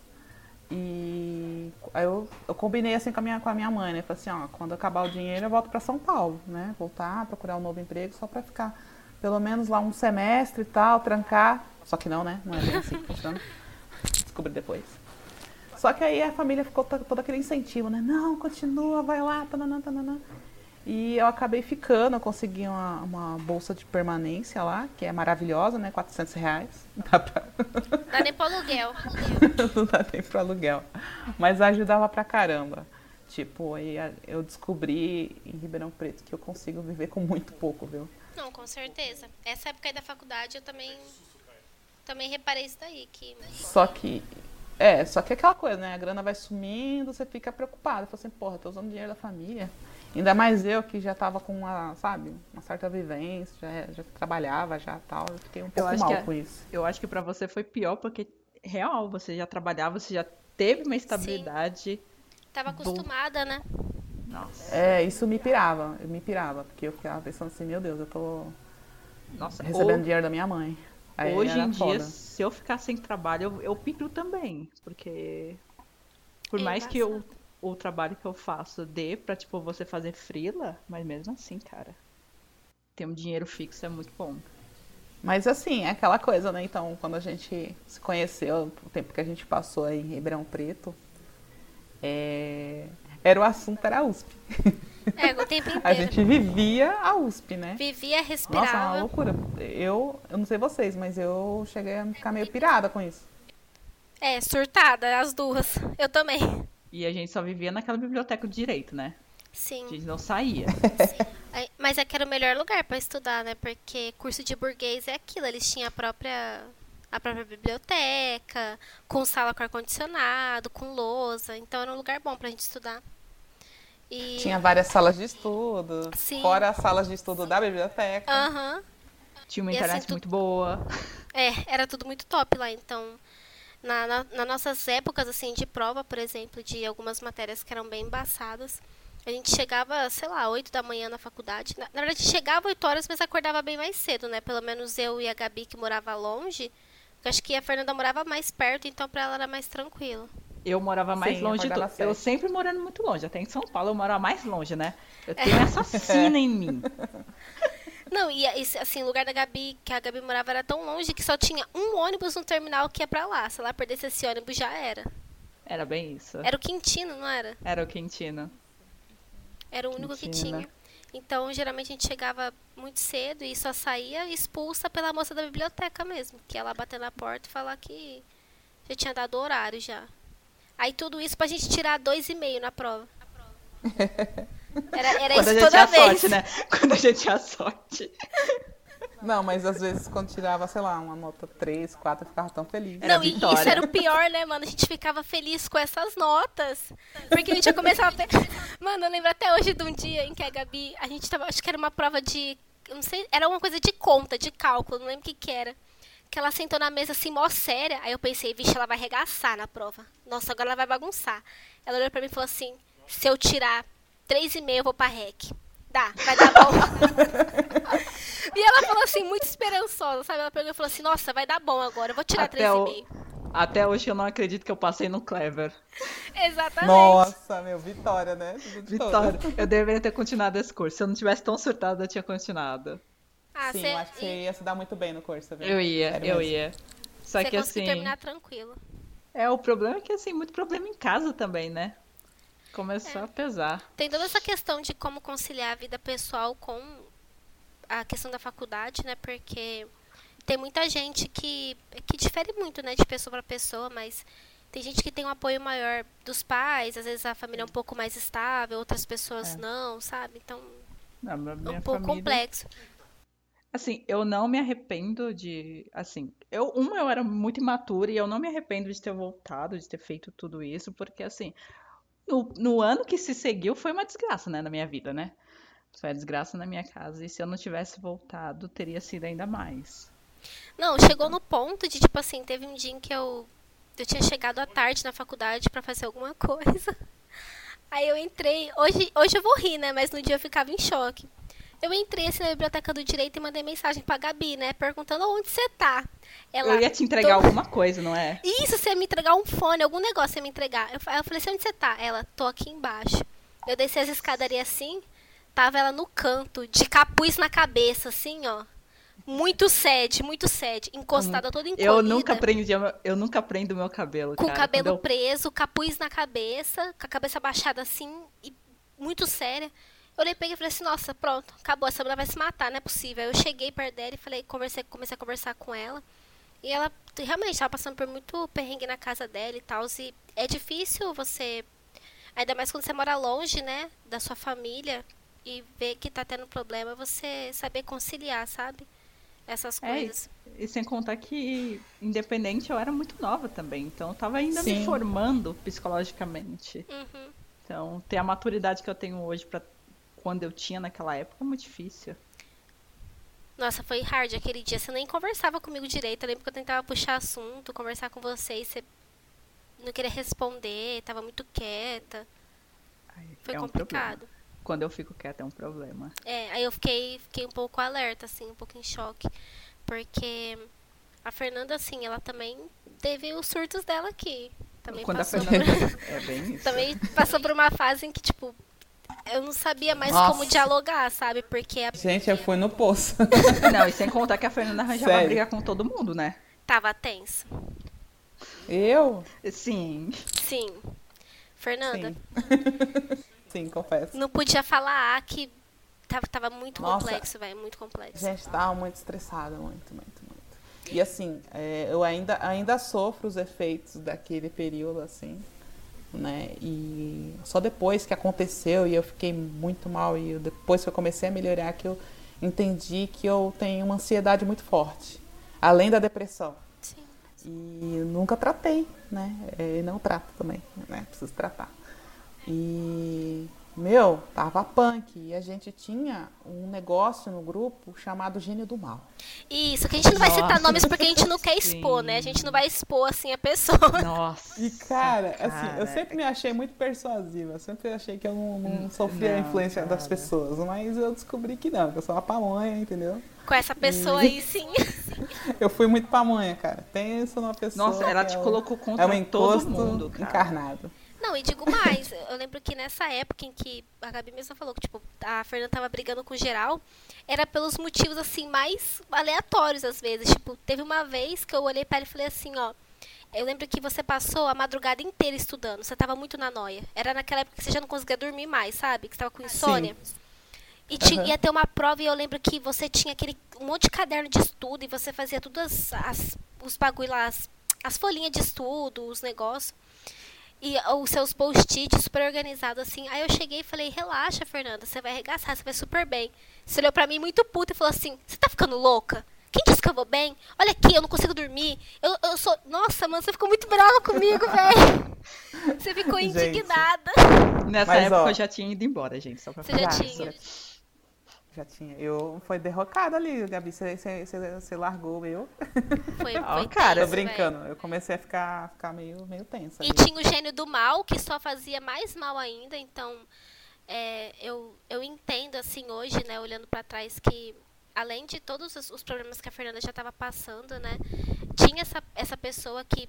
Speaker 3: E aí eu, eu combinei assim com a minha, com a minha mãe, né? Falei assim, ó, quando acabar o dinheiro eu volto pra São Paulo, né? Voltar, procurar um novo emprego só pra ficar pelo menos lá um semestre e tal, trancar. Só que não, né? Não é bem assim que funciona. Descobri depois. Só que aí a família ficou to- todo aquele incentivo, né? Não, continua, vai lá, tananã, tananã. E eu acabei ficando, eu consegui uma, uma bolsa de permanência lá, que é maravilhosa, né? 400 reais. Dá pra...
Speaker 2: Dá nem pro aluguel.
Speaker 3: não dá nem para aluguel. Mas ajudava pra caramba. Tipo, aí a- eu descobri em Ribeirão Preto que eu consigo viver com muito pouco, viu?
Speaker 2: Não, com certeza. Essa época aí da faculdade eu também também reparei isso daí que
Speaker 3: Só que. É, só que é aquela coisa, né? A grana vai sumindo, você fica preocupado. Fala assim, porra, tô usando dinheiro da família. Ainda mais eu que já tava com uma, sabe, uma certa vivência, já, é- já trabalhava, já tal. Eu fiquei um pouco
Speaker 1: acho
Speaker 3: mal
Speaker 1: que é-
Speaker 3: com isso.
Speaker 1: Eu acho que pra você foi pior, porque real, você já trabalhava, você já teve uma estabilidade.
Speaker 2: tava acostumada, né?
Speaker 1: Nossa,
Speaker 3: É, isso me pirava, eu me pirava, porque eu ficava pensando assim, meu Deus, eu tô
Speaker 1: nossa,
Speaker 3: recebendo
Speaker 1: ou-
Speaker 3: dinheiro da minha mãe. Aí
Speaker 1: Hoje
Speaker 3: era
Speaker 1: em dia,
Speaker 3: foda.
Speaker 1: se eu ficar sem trabalho, eu, eu piro também. Porque por
Speaker 2: É
Speaker 1: mais que eu, o trabalho que eu faço dê pra, tipo, você fazer frila, mas mesmo assim, cara, ter um dinheiro fixo é muito bom.
Speaker 3: Mas assim, é aquela coisa, né? Então, quando a gente se conheceu, o tempo que a gente passou aí em Ribeirão Preto, é, era o assunto era a USP.
Speaker 2: É, o tempo inteiro.
Speaker 3: A gente vivia a USP, né?
Speaker 2: Vivia,
Speaker 3: Nossa, é uma
Speaker 2: respirava.
Speaker 3: loucura. Eu, eu não sei vocês, mas eu cheguei a ficar meio pirada com isso.
Speaker 2: é, surtada, as duas. Eu também.
Speaker 1: E a gente só vivia naquela biblioteca de direito, né? A
Speaker 2: Sim.
Speaker 1: gente não saía.
Speaker 2: Uhum. Aí- Mas é que era o melhor lugar pra estudar, né? Porque curso de burguês é aquilo. Eles tinham a própria, a própria biblioteca, com sala com ar-condicionado, com lousa. Então era um lugar bom pra gente estudar. E.
Speaker 3: Tinha várias salas de estudo,
Speaker 2: Sim. Ah.
Speaker 3: fora as salas de estudo da biblioteca.
Speaker 2: Aham.
Speaker 1: Tinha uma
Speaker 2: E assim,
Speaker 1: internet
Speaker 2: tu-
Speaker 1: muito boa.
Speaker 2: É, era tudo muito top lá, então. Na, na, nas nossas épocas, assim, de prova, por exemplo, de algumas matérias que eram bem embaçadas, a gente chegava, sei lá, 8 da manhã na faculdade. Na, na verdade, chegava 8 horas, mas acordava bem mais cedo, né? Pelo menos eu e a Gabi, que morava longe. Eu acho que a Fernanda morava mais perto, então para ela era mais tranquilo.
Speaker 1: Eu morava mais
Speaker 3: Sim,
Speaker 1: longe.
Speaker 3: acordava
Speaker 1: Do... Eu
Speaker 3: cedo.
Speaker 1: sempre morando muito longe. Até em São Paulo eu morava mais longe, né? Eu tenho essa sina em mim.
Speaker 2: Não, e e, assim, o lugar da Gabi, que a Gabi morava era tão longe que só tinha um ônibus no terminal que ia pra lá. Se ela perdesse esse ônibus, já era.
Speaker 1: Era bem isso.
Speaker 2: Era o Quintino, não era?
Speaker 1: Era o Quintino.
Speaker 2: Era o único que
Speaker 1: Quintino.
Speaker 2: tinha. Então, geralmente a gente chegava muito cedo e só saía expulsa pela moça da biblioteca mesmo, que ia lá bater na porta e falar que já tinha dado o horário já. Aí tudo isso pra gente tirar dois e meio na prova. Era,
Speaker 1: Quando
Speaker 2: era
Speaker 1: a
Speaker 2: isso
Speaker 1: gente
Speaker 2: toda
Speaker 1: tinha
Speaker 2: vez.
Speaker 1: sorte, né? Quando a gente tinha sorte.
Speaker 3: Não, mas às vezes quando tirava, sei lá, uma nota 3, 4, eu ficava tão feliz.
Speaker 1: Era
Speaker 2: não, e
Speaker 1: vitória.
Speaker 2: isso era o pior, né, mano? A gente ficava feliz com essas notas. Porque a gente já começava a ver. Mano, eu lembro até hoje de um dia em que a Gabi, a gente tava, acho que era uma prova de. Eu não sei, era uma coisa de conta, de cálculo, não lembro o que que era. Que ela sentou na mesa assim, mó séria. Aí eu pensei, vixe, ela vai arregaçar na prova. Nossa, agora ela vai bagunçar. Ela olhou pra mim e falou assim: se eu tirar 3,5, eu vou pra REC. Dá, vai dar bom. e ela falou assim, muito esperançosa, sabe? Ela pegou e falou assim: nossa, vai dar bom agora, eu vou tirar
Speaker 1: Até, o-
Speaker 2: 3,5.
Speaker 1: Até hoje eu não acredito que eu passei no Clever.
Speaker 2: Exatamente.
Speaker 3: Nossa, meu, vitória, né? Tudo de todo.
Speaker 1: Vitória. Eu deveria ter continuado esse curso. Se eu não tivesse tão surtada, eu tinha continuado.
Speaker 2: Ah,
Speaker 3: Sim,
Speaker 2: cê-
Speaker 3: eu acho que você
Speaker 2: e
Speaker 3: ia se dar muito bem no curso, viu?
Speaker 1: Eu ia,
Speaker 3: Sério
Speaker 1: eu
Speaker 3: mesmo.
Speaker 1: ia. Só
Speaker 2: cê
Speaker 1: que
Speaker 2: conseguiu
Speaker 1: assim.
Speaker 2: terminar tranquilo.
Speaker 1: É, o problema é que assim, muito problema em casa também, né? Começou
Speaker 2: É.
Speaker 1: a pesar.
Speaker 2: Tem toda essa questão de como conciliar a vida pessoal com a questão da faculdade, né? Porque tem muita gente que, que difere muito, né, de pessoa para pessoa, mas tem gente que tem um apoio maior dos pais, às vezes a família é um pouco mais estável, outras
Speaker 3: É.
Speaker 2: pessoas não, sabe? Então,
Speaker 1: Na minha
Speaker 2: é um
Speaker 1: minha
Speaker 2: pouco
Speaker 1: família.
Speaker 2: complexo.
Speaker 1: Assim, eu não me arrependo de, assim, eu, uma, eu era muito imatura e eu não me arrependo de ter voltado, de ter feito tudo isso, porque assim, no, no ano que se seguiu foi uma desgraça, né, na minha vida, né? Foi uma desgraça na minha casa e se eu não tivesse voltado, teria sido ainda mais.
Speaker 2: Não, chegou no ponto de tipo assim, teve um dia em que eu eu tinha chegado à tarde na faculdade pra fazer alguma coisa. Aí eu entrei, hoje hoje eu vou rir, né, mas no dia eu ficava em choque. Eu entrei assim na biblioteca do direito e mandei mensagem pra Gabi, né, perguntando onde você tá. Ela
Speaker 1: Eu ia te entregar
Speaker 2: "Tô-
Speaker 1: alguma coisa, não é?
Speaker 2: isso, você ia me entregar um fone, algum negócio você ia me entregar. Eu, fa- eu falei assim, onde você tá? Ela, tô aqui embaixo. Eu desci as escadarias assim, tava ela no canto, de capuz na cabeça, assim, ó. Muito sede, muito sede, encostada, toda encolhida.
Speaker 1: Uhum. Eu nunca aprendi, a- eu nunca aprendo meu cabelo,
Speaker 2: Com o
Speaker 1: cara.
Speaker 2: cabelo
Speaker 1: Quando eu-
Speaker 2: preso, capuz na cabeça, com a cabeça baixada assim, e muito séria. Eu olhei, peguei e falei assim, nossa, pronto, acabou, essa mulher vai se matar, não é possível. Aí Eu cheguei perto dela e falei, conversei, comecei a conversar com ela. E ela t- realmente estava passando por muito perrengue na casa dela e tal. E é difícil você, ainda mais quando você mora longe, né, da sua família, e ver que tá tendo problema, você saber conciliar, sabe? Essas
Speaker 1: É
Speaker 2: coisas.
Speaker 1: E sem contar que, independente, eu era muito nova também. Então, eu tava ainda me
Speaker 3: Sim.
Speaker 1: formando psicologicamente.
Speaker 2: Uhum.
Speaker 1: Então, ter a maturidade que eu tenho hoje pra quando eu tinha naquela época é muito difícil.
Speaker 2: Nossa, foi hard aquele dia. Você nem conversava comigo direito. Eu lembro que eu tentava puxar assunto, conversar com você e você não queria responder, tava muito quieta.
Speaker 1: Ai,
Speaker 2: Foi
Speaker 1: é um problema.
Speaker 2: complicado.
Speaker 1: Quando eu fico quieta é um problema.
Speaker 2: É, aí eu fiquei, fiquei um pouco alerta, assim, um pouco em choque. Porque a Fernanda, assim, ela também teve os surtos dela aqui. Também
Speaker 1: quando a
Speaker 2: passou
Speaker 1: Fernanda
Speaker 2: por...
Speaker 1: é bem isso.
Speaker 2: também passou por uma fase em que, tipo, eu não sabia mais
Speaker 3: Nossa.
Speaker 2: como dialogar, sabe? Porque a...
Speaker 3: Gente, eu fui no poço.
Speaker 1: Não, e sem contar que a Fernanda arranjava
Speaker 3: Sério.
Speaker 1: briga com todo mundo, né?
Speaker 2: tava tensa.
Speaker 3: eu?
Speaker 1: Sim.
Speaker 2: Sim. Fernanda,
Speaker 3: Sim. Sim, confesso.
Speaker 2: Não podia falar A que tava, tava muito
Speaker 3: Nossa.
Speaker 2: complexo, velho. Muito complexo.
Speaker 3: Gente, tava muito estressada, muito, muito, muito. E assim, é, eu ainda, ainda sofro os efeitos daquele período, assim, né? E só depois que aconteceu e eu fiquei muito mal, e eu- depois que eu comecei a melhorar, que eu entendi que eu tenho uma ansiedade muito forte, além da depressão.
Speaker 2: Sim.
Speaker 3: E nunca tratei, né? É, E não trato também, né? Preciso tratar. E Meu, tava punk. E a gente tinha um negócio no grupo chamado Gênio do Mal.
Speaker 2: Isso, que a gente não vai
Speaker 1: Nossa.
Speaker 2: citar nomes porque a gente não quer expor, né? A gente não vai expor, assim, a pessoa.
Speaker 1: Nossa.
Speaker 3: E, cara, assim,
Speaker 1: cara.
Speaker 3: eu sempre me achei muito persuasiva. Sempre achei que eu não, não sofria a
Speaker 1: Hum, não,
Speaker 3: influência das
Speaker 1: cara.
Speaker 3: pessoas. Mas eu descobri que não, que eu sou uma pamonha, entendeu?
Speaker 2: Com essa pessoa aí, sim.
Speaker 3: Eu fui muito pamonha, cara. Pensa numa pessoa.
Speaker 1: Nossa, ela
Speaker 3: que
Speaker 1: te
Speaker 3: é um-
Speaker 1: colocou
Speaker 3: É um
Speaker 1: contra todo
Speaker 3: encosto
Speaker 1: mundo, cara.
Speaker 3: encarnado.
Speaker 2: Não, e digo mais, eu lembro que nessa época em que a Gabi mesmo falou que, tipo, a Fernanda tava brigando com geral, era pelos motivos, assim, mais aleatórios, às vezes. Tipo, teve uma vez que eu olhei pra ela e falei assim, ó, eu lembro que você passou a madrugada inteira estudando, você tava muito na noia. Era naquela época que você já não conseguia dormir mais, sabe? Que você tava com insônia. E ti-
Speaker 3: Aham.
Speaker 2: ia ter uma prova e eu lembro que você tinha aquele um monte de caderno de estudo e você fazia todas as os bagulho lá, as, as folhinhas de estudo, os negócios. E os seus post-it super organizados, assim. Aí eu cheguei e falei, relaxa, Fernanda, você vai arregaçar, você vai super bem. Você olhou pra mim muito puta e falou assim, você tá ficando louca? Quem disse que eu vou bem? Olha aqui, eu não consigo dormir. Eu, eu sou. Nossa, mano, você ficou muito brava comigo, velho. Você ficou
Speaker 3: Gente.
Speaker 2: indignada.
Speaker 1: Nessa
Speaker 3: Mas,
Speaker 1: época
Speaker 3: ó.
Speaker 1: eu já tinha ido embora, gente, só pra
Speaker 2: Você já
Speaker 1: falar.
Speaker 2: tinha.
Speaker 3: Já tinha. Eu foi derrocada ali, Gabi. Você, você, você- você largou eu.
Speaker 2: Foi,
Speaker 1: Ó, cara,
Speaker 2: foi tenso,
Speaker 3: Tô
Speaker 1: Isso,
Speaker 2: velho.
Speaker 3: brincando. Eu comecei a ficar, ficar meio, meio tensa.
Speaker 2: E
Speaker 3: ali.
Speaker 2: tinha o gênio do mal, que só fazia mais mal ainda, então é, eu, eu entendo, assim, hoje, né, olhando pra trás, que além de todos os, os problemas que a Fernanda já tava passando, né, tinha essa, essa pessoa que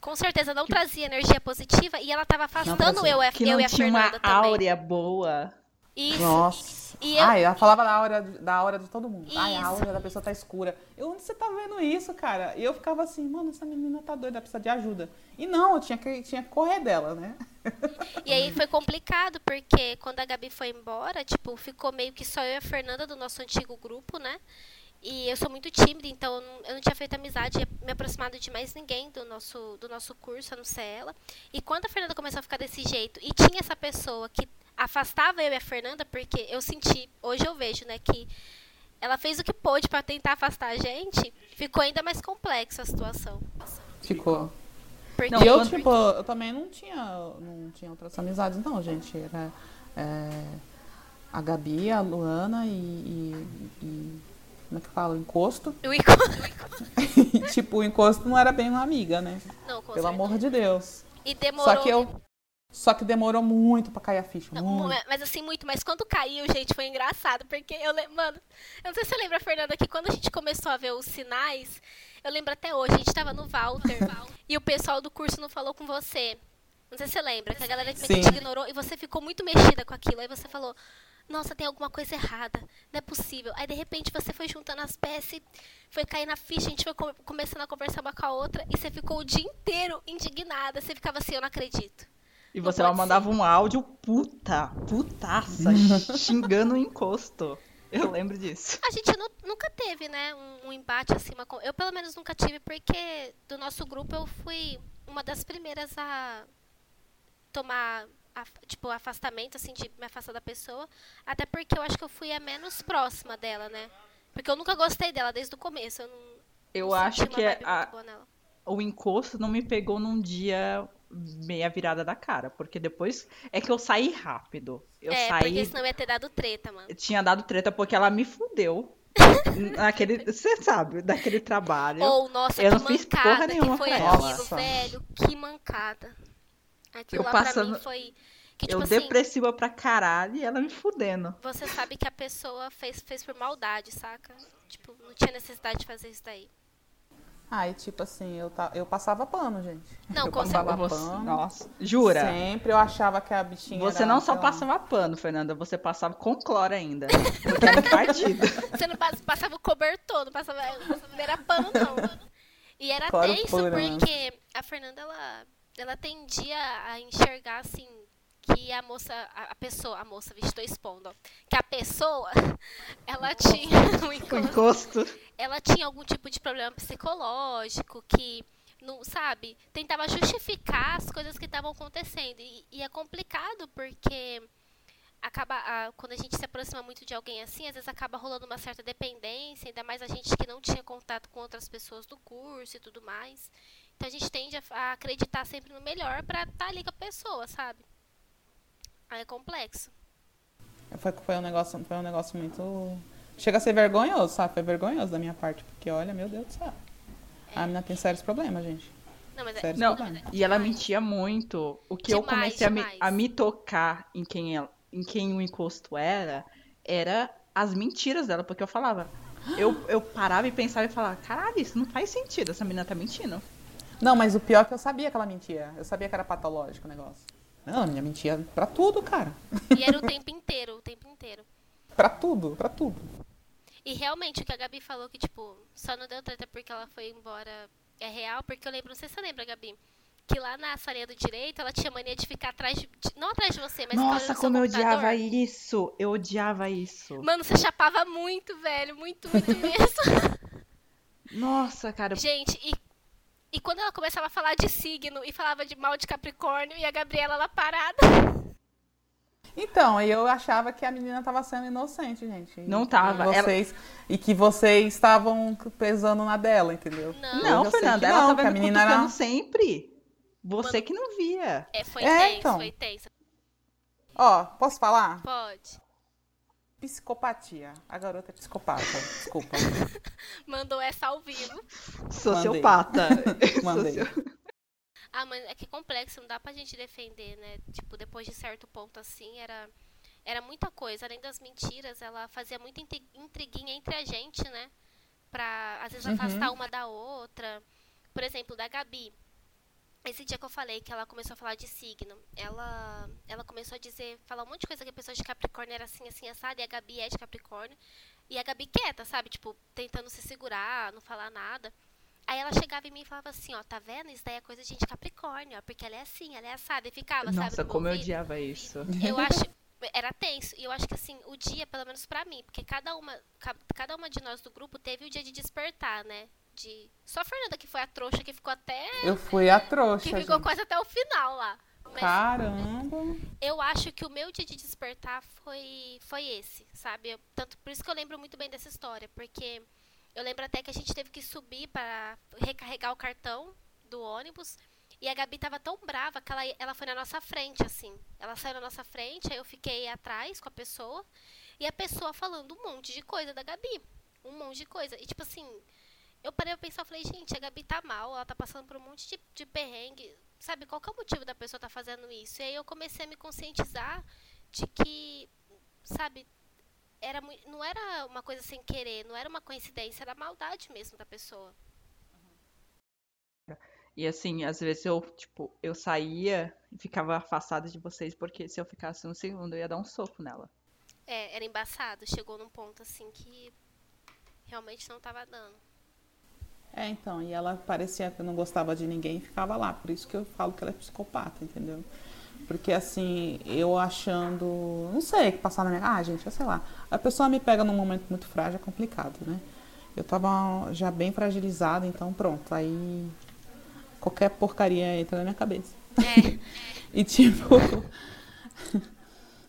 Speaker 2: com certeza não trazia energia positiva e ela tava afastando
Speaker 3: trazia.
Speaker 2: eu, e a-
Speaker 1: Que
Speaker 2: eu
Speaker 1: não
Speaker 2: e a
Speaker 1: tinha uma
Speaker 2: Fernanda também.
Speaker 1: áurea Ah, boa.
Speaker 2: Isso.
Speaker 3: Nossa.
Speaker 2: E eu-
Speaker 3: Ai, ela falava da aura, da aura de todo mundo. Ai, a
Speaker 2: Isso.
Speaker 3: aura da pessoa tá escura. Eu, onde você tá vendo isso, cara? E eu ficava assim, mano, essa menina tá doida, precisa de ajuda. E não, eu tinha que, tinha que correr dela, né?
Speaker 2: E aí foi complicado, porque quando a Gabi foi embora, tipo, ficou meio que só eu e a Fernanda do nosso antigo grupo, né? E eu sou muito tímida, então eu não- eu não tinha feito amizade, me aproximado de mais ninguém do nosso, do nosso curso, a não ser ela. E quando a Fernanda começou a ficar desse jeito, e tinha essa pessoa que afastava eu e a Fernanda, porque eu senti, hoje eu vejo, né, que ela fez o que pôde pra tentar afastar a gente, ficou ainda mais complexa a situação.
Speaker 3: Ficou.
Speaker 2: Porque
Speaker 1: Não,
Speaker 3: e eu,
Speaker 1: quando-
Speaker 3: tipo, eu também não tinha, não tinha outras amizades, não, gente. Era é, a Gabi, a Luana e, e- e- Como é que fala? Encosto.
Speaker 2: o Igor-
Speaker 3: E, tipo, o encosto não era bem uma amiga, né?
Speaker 2: Não, com
Speaker 3: Pelo
Speaker 2: certeza.
Speaker 3: amor de Deus.
Speaker 2: E demorou.
Speaker 3: Só que eu. Só que demorou muito pra cair a ficha.
Speaker 2: Não,
Speaker 3: muito.
Speaker 2: mas- Mas assim, muito. Mas quando caiu, gente, foi engraçado. Porque eu lembro. Mano, eu não sei se você lembra, Fernanda, que quando a gente começou a ver os sinais, eu lembro até hoje, a gente tava no Walter e o pessoal do curso não falou com você. Não sei se você lembra, que a galera que te
Speaker 3: Sim.
Speaker 2: ignorou e você ficou muito mexida com aquilo. Aí você falou. Nossa, tem alguma coisa errada. Não é possível. Aí, de repente, você foi juntando as peças, foi cair na ficha, a gente foi come- começando a conversar uma com a outra, e você ficou o dia inteiro indignada. Você ficava assim, eu não acredito.
Speaker 1: E
Speaker 2: Não
Speaker 1: você
Speaker 2: pode
Speaker 1: ela mandava um áudio puta, putaça, xingando o encosto. Eu lembro disso.
Speaker 2: A gente nu- nunca teve, né, um, um embate assim. uma co- eu, pelo menos, nunca tive, porque do nosso grupo eu fui uma das primeiras a tomar, af- tipo, afastamento, assim, de me afastar da pessoa. Até porque eu acho que eu fui a menos próxima dela, né? Porque eu nunca gostei dela desde o começo. Eu não,
Speaker 1: Eu
Speaker 2: não
Speaker 1: acho
Speaker 2: senti uma
Speaker 1: que
Speaker 2: vibe
Speaker 1: a-
Speaker 2: muito boa nela.
Speaker 1: o encosto não me pegou num dia meia virada da cara, porque depois é que eu saí rápido. Eu
Speaker 2: é, porque
Speaker 1: saí,
Speaker 2: senão ia ter dado treta, mano.
Speaker 1: tinha dado treta porque ela me fudeu naquele, você sabe, daquele trabalho.
Speaker 2: Ou, nossa,
Speaker 1: eu
Speaker 2: que
Speaker 1: não fiz porra
Speaker 2: mancada que
Speaker 1: nenhuma
Speaker 2: foi
Speaker 1: pra
Speaker 3: ela.
Speaker 2: aquilo, velho. Que mancada. Aquilo
Speaker 1: Eu
Speaker 2: lá pra
Speaker 1: passando-
Speaker 2: mim foi... Que,
Speaker 1: eu
Speaker 2: tipo assim,
Speaker 1: depressiva pra caralho e ela me fudendo.
Speaker 2: você sabe que a pessoa fez, fez por maldade, saca? Tipo, não tinha necessidade de fazer isso daí.
Speaker 3: Ai, tipo assim, eu, ta- eu passava pano, gente.
Speaker 2: Não,
Speaker 3: eu
Speaker 2: com
Speaker 3: passava
Speaker 1: Você-
Speaker 3: pano.
Speaker 1: Nossa, jura?
Speaker 3: Sempre eu achava que a bichinha.
Speaker 1: Você
Speaker 3: era, um
Speaker 1: não só
Speaker 3: sei lá,
Speaker 1: passava pano, Fernanda, você passava com cloro ainda. Porque era partido.
Speaker 2: Você não pas- passava o cobertor, não passava. Não era pano, não. E era
Speaker 3: Claro,
Speaker 2: tenso
Speaker 3: pura, né?
Speaker 2: porque a Fernanda, ela, ela tendia a enxergar assim. Que a moça, a a pessoa, a moça, vixe, tô expondo, ó. Que a pessoa, ela tinha um
Speaker 1: O
Speaker 2: encontro
Speaker 1: encosto.
Speaker 2: ela tinha algum tipo de problema psicológico que não sabe tentava justificar as coisas que estavam acontecendo e, e é complicado porque acaba a- quando a gente se aproxima muito de alguém assim às vezes acaba rolando uma certa dependência ainda mais a gente que não tinha contato com outras pessoas do curso e tudo mais tá então a gente tende a, a acreditar sempre no melhor pra estar ali com a pessoa sabe Aí é complexo.
Speaker 3: Foi, foi, um negócio, foi um negócio muito. Chega a ser vergonhoso, sabe? Foi vergonhoso da minha parte, porque olha, meu Deus do céu. A
Speaker 2: É.
Speaker 3: menina tem sérios problemas, gente.
Speaker 2: Não, mas é,
Speaker 3: Sério?
Speaker 1: Não,
Speaker 3: Desculpa.
Speaker 1: e ela mentia muito. O que eu
Speaker 2: Demais,
Speaker 1: comecei a me,
Speaker 2: demais.
Speaker 1: a me tocar em quem, ela, em quem o encosto era, era as mentiras dela, porque eu falava. Eu, eu parava e pensava e falava, caralho, isso não faz sentido, essa menina tá mentindo.
Speaker 3: Não, mas o pior é que eu sabia que ela mentia. Eu sabia que era patológico o negócio. Não, a menina mentia pra tudo, cara.
Speaker 2: e era o tempo inteiro, o tempo inteiro.
Speaker 3: Pra tudo, pra tudo.
Speaker 2: E realmente o que a Gabi falou que, tipo, só não deu treta porque ela foi embora é real, porque eu lembro, não sei se você lembra, Gabi, que lá na salinha do direito ela tinha mania de ficar atrás de. de- não atrás de você, mas ficava olhando
Speaker 1: Nossa,
Speaker 2: seu
Speaker 1: como eu
Speaker 2: computador.
Speaker 1: odiava isso! Eu odiava isso.
Speaker 2: Mano, você chapava muito, velho. Muito, muito mesmo.
Speaker 1: Nossa, cara.
Speaker 2: Gente, e, e quando ela começava a falar de signo e falava de mal de Capricórnio e a Gabriela lá parada.
Speaker 3: Então, eu achava que a menina tava sendo inocente, gente.
Speaker 1: Não tava,
Speaker 3: E,
Speaker 1: ela-
Speaker 3: vocês, e que vocês estavam pesando na dela, entendeu?
Speaker 2: Não.
Speaker 3: Eu
Speaker 1: Não,
Speaker 3: já sei
Speaker 1: Fernanda,
Speaker 3: que
Speaker 1: ela
Speaker 3: não, que
Speaker 1: tava
Speaker 3: a
Speaker 1: me
Speaker 3: menina
Speaker 1: cutucando
Speaker 3: era-
Speaker 1: sempre. Você que não via.
Speaker 2: É, foi
Speaker 3: É,
Speaker 2: tenso,
Speaker 3: então.
Speaker 2: foi tenso.
Speaker 3: Ó, posso falar?
Speaker 2: Pode.
Speaker 3: Psicopatia. A garota é psicopata. Desculpa.
Speaker 2: Mandou essa ao vivo.
Speaker 1: Sociopata.
Speaker 3: Mandei.
Speaker 1: Socio-
Speaker 2: Ah, mas é que é complexo, não dá pra gente defender, né? Tipo, depois de certo ponto assim, era, era muita coisa. Além das mentiras, ela fazia muita intri- intriguinha entre a gente, né? Pra, às vezes,
Speaker 1: Uhum.
Speaker 2: afastar uma da outra. Por exemplo, da Gabi. Esse dia que eu falei que ela começou a falar de signo, ela, ela começou a dizer, falar um monte de coisa que a pessoa de Capricórnio era assim, assim, assada, e a Gabi é de Capricórnio. E a Gabi quieta, sabe? Tipo, tentando se segurar, não falar nada. Aí ela chegava em mim e falava assim, ó, tá vendo? Isso daí é coisa de gente de Capricórnio, ó, porque ela é assim, ela é assada. E ficava, sabe?
Speaker 1: Nossa,
Speaker 2: no meu
Speaker 1: como eu
Speaker 2: ouvido.
Speaker 1: odiava isso.
Speaker 2: Eu acho. Era tenso. E eu acho que assim, o dia, pelo menos pra mim, porque cada uma, ca- cada uma de nós do grupo teve o dia de despertar, né? De. Só a Fernanda que foi a trouxa que ficou até.
Speaker 3: Eu fui a trouxa.
Speaker 2: que ficou
Speaker 3: gente.
Speaker 2: quase até o final lá. Mas
Speaker 3: Caramba.
Speaker 2: eu acho que o meu dia de despertar foi, foi esse, sabe? Eu- tanto por isso que eu lembro muito bem dessa história, porque eu lembro até que a gente teve que subir para recarregar o cartão do ônibus. E a Gabi tava tão brava que ela, ela foi na nossa frente, assim. Ela saiu na nossa frente, aí eu fiquei atrás com a pessoa. E a pessoa falando um monte de coisa da Gabi. Um monte de coisa. E tipo assim, eu parei pra pensar, eu falei, gente, a Gabi tá mal, ela tá passando por um monte de, de perrengue. Sabe, qual que é o motivo da pessoa tá fazendo isso? E aí eu comecei a me conscientizar de que, sabe, era, mui- não era uma coisa sem querer, não era uma coincidência, era maldade mesmo da pessoa.
Speaker 1: E assim, às vezes eu, tipo, eu saía e ficava afastada de vocês, porque se eu ficasse um segundo, eu ia dar um soco nela.
Speaker 2: É, era embaçado, chegou num ponto assim que realmente não tava dando.
Speaker 3: É, então, e ela parecia que não gostava de ninguém e ficava lá. Por isso que eu falo que ela é psicopata, entendeu? Porque assim, eu achando. Não sei o que passar na minha. Ah, gente, eu sei lá. A pessoa me pega num momento muito frágil, é complicado, né? Eu tava já bem fragilizada, então pronto. Aí qualquer porcaria entra na minha cabeça. e tipo.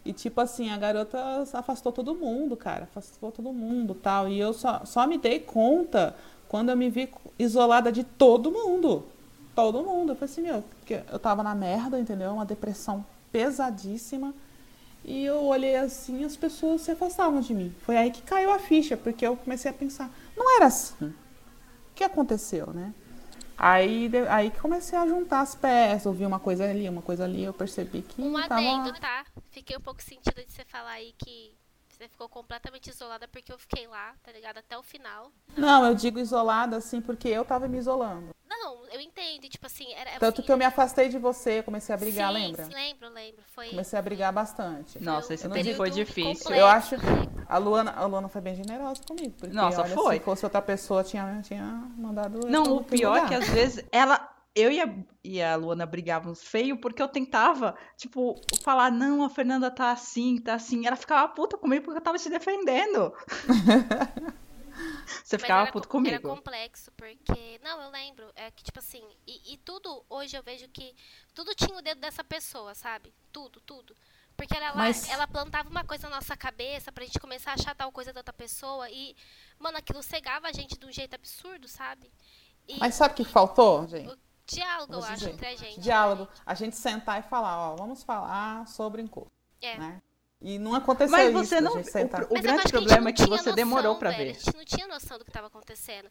Speaker 3: E tipo assim, a garota afastou todo mundo, cara, afastou todo mundo, tal. E eu só, só me dei conta quando eu me vi isolada de todo mundo. Todo mundo. Eu falei assim, meu, porque eu tava na merda, entendeu? Uma depressão pesadíssima. E eu olhei assim, as pessoas se afastavam de mim. Foi aí que caiu a ficha, porque eu comecei a pensar, não era assim o que aconteceu, né? Aí, de- aí que comecei a juntar as peças, ouvir uma coisa ali, uma coisa ali, eu percebi que
Speaker 2: Um
Speaker 3: tava...
Speaker 2: adendo, tá? Fiquei um pouco sentida de você falar aí que você ficou completamente isolada porque eu fiquei lá, tá ligado? Até o final.
Speaker 3: Não, eu digo isolada assim porque eu tava me isolando.
Speaker 2: Não, eu entendo, e, tipo assim, era.
Speaker 3: Tanto que eu me afastei de você, comecei a brigar,
Speaker 2: sim,
Speaker 3: lembra?
Speaker 2: Lembro, lembro. Foi.
Speaker 3: Comecei a brigar bastante.
Speaker 1: Nossa,
Speaker 3: Eu
Speaker 1: esse
Speaker 3: não
Speaker 1: tempo
Speaker 3: digo
Speaker 1: foi
Speaker 2: tudo
Speaker 1: difícil.
Speaker 2: completo.
Speaker 3: Eu acho a Luana, a Luana foi bem generosa comigo, porque
Speaker 1: Nossa,
Speaker 3: olha,
Speaker 1: foi.
Speaker 3: se fosse outra pessoa tinha tinha mandado eu pra
Speaker 1: Não, o
Speaker 3: outro
Speaker 1: pior é
Speaker 3: lugar.
Speaker 1: que às vezes ela. Eu e a, e a Luana brigavam feio porque eu tentava, tipo, falar, não, a Fernanda tá assim, tá assim. Ela ficava puta comigo porque eu tava te defendendo. Você
Speaker 2: Mas
Speaker 1: ficava
Speaker 2: era
Speaker 1: puta
Speaker 2: com- Era
Speaker 1: comigo.
Speaker 2: complexo, porque. Não, eu lembro. É que, tipo assim. E, e tudo, hoje eu vejo que. Tudo tinha o dedo dessa pessoa, sabe? Tudo, tudo. Porque ela, lá-
Speaker 3: Mas-
Speaker 2: ela plantava uma coisa na nossa cabeça pra gente começar a achar tal coisa da outra pessoa. E, mano, aquilo cegava a gente de um jeito absurdo, sabe? E
Speaker 3: Mas sabe o que faltou, gente?
Speaker 2: o diálogo, eu
Speaker 3: Vou
Speaker 2: acho,
Speaker 3: dizer.
Speaker 2: entre a gente.
Speaker 3: Diálogo. A gente sentar e falar, ó, vamos falar sobre encosto.
Speaker 2: É.
Speaker 3: né? E não aconteceu
Speaker 1: Mas
Speaker 3: isso.
Speaker 1: você não-
Speaker 3: gente sentar.
Speaker 1: o-
Speaker 2: Mas eu
Speaker 1: grande
Speaker 2: acho que a gente
Speaker 1: problema
Speaker 2: não
Speaker 1: é que
Speaker 2: tinha
Speaker 1: você
Speaker 2: noção,
Speaker 1: demorou pra
Speaker 2: velho.
Speaker 1: ver.
Speaker 2: A gente não tinha noção do que estava acontecendo.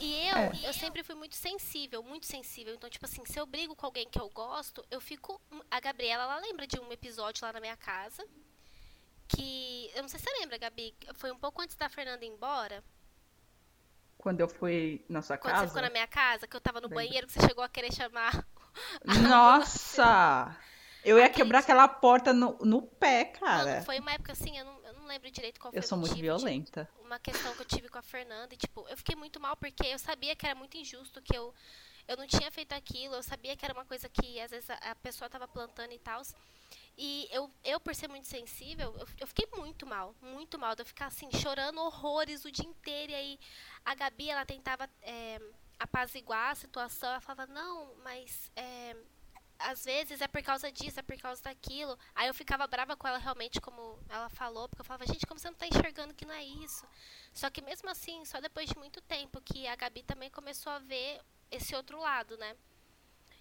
Speaker 2: E eu,
Speaker 3: É.
Speaker 2: eu sempre fui muito sensível, muito sensível. Então, tipo assim, se eu brigo com alguém que eu gosto, eu fico. A Gabriela, ela lembra de um episódio lá na minha casa. Que. Eu não sei se você lembra, Gabi. Foi um pouco antes da Fernanda ir embora.
Speaker 1: Quando eu fui na sua
Speaker 2: Quando você
Speaker 1: casa.
Speaker 2: ficou na minha casa, que eu tava no
Speaker 1: Lembro.
Speaker 2: banheiro, que você chegou a querer chamar. Ah,
Speaker 1: Nossa! Eu ia
Speaker 2: Aquele
Speaker 1: quebrar
Speaker 2: dia.
Speaker 1: aquela porta no, no pé,
Speaker 2: Mano,
Speaker 1: cara.
Speaker 2: foi uma época assim, eu não, eu não lembro direito qual foi
Speaker 1: Eu
Speaker 2: o
Speaker 1: sou muito
Speaker 2: motivo tipo, de-
Speaker 1: violenta.
Speaker 2: uma questão que eu tive com a Fernanda e, tipo, eu fiquei muito mal porque eu sabia que era muito injusto, que eu, eu não tinha feito aquilo, eu sabia que era uma coisa que às vezes a, a pessoa tava plantando e tal. E eu, eu, por ser muito sensível, eu, eu fiquei muito mal, muito mal. De eu ficar assim, chorando horrores o dia inteiro. E aí a Gabi, ela tentava é, apaziguar a situação. Ela falava, não, mas é, às vezes é por causa disso, é por causa daquilo. Aí eu ficava brava com ela realmente, como ela falou, porque eu falava, gente, como você não tá enxergando que não é isso? Só que mesmo assim, só depois de muito tempo que a Gabi também começou a ver esse outro lado, né?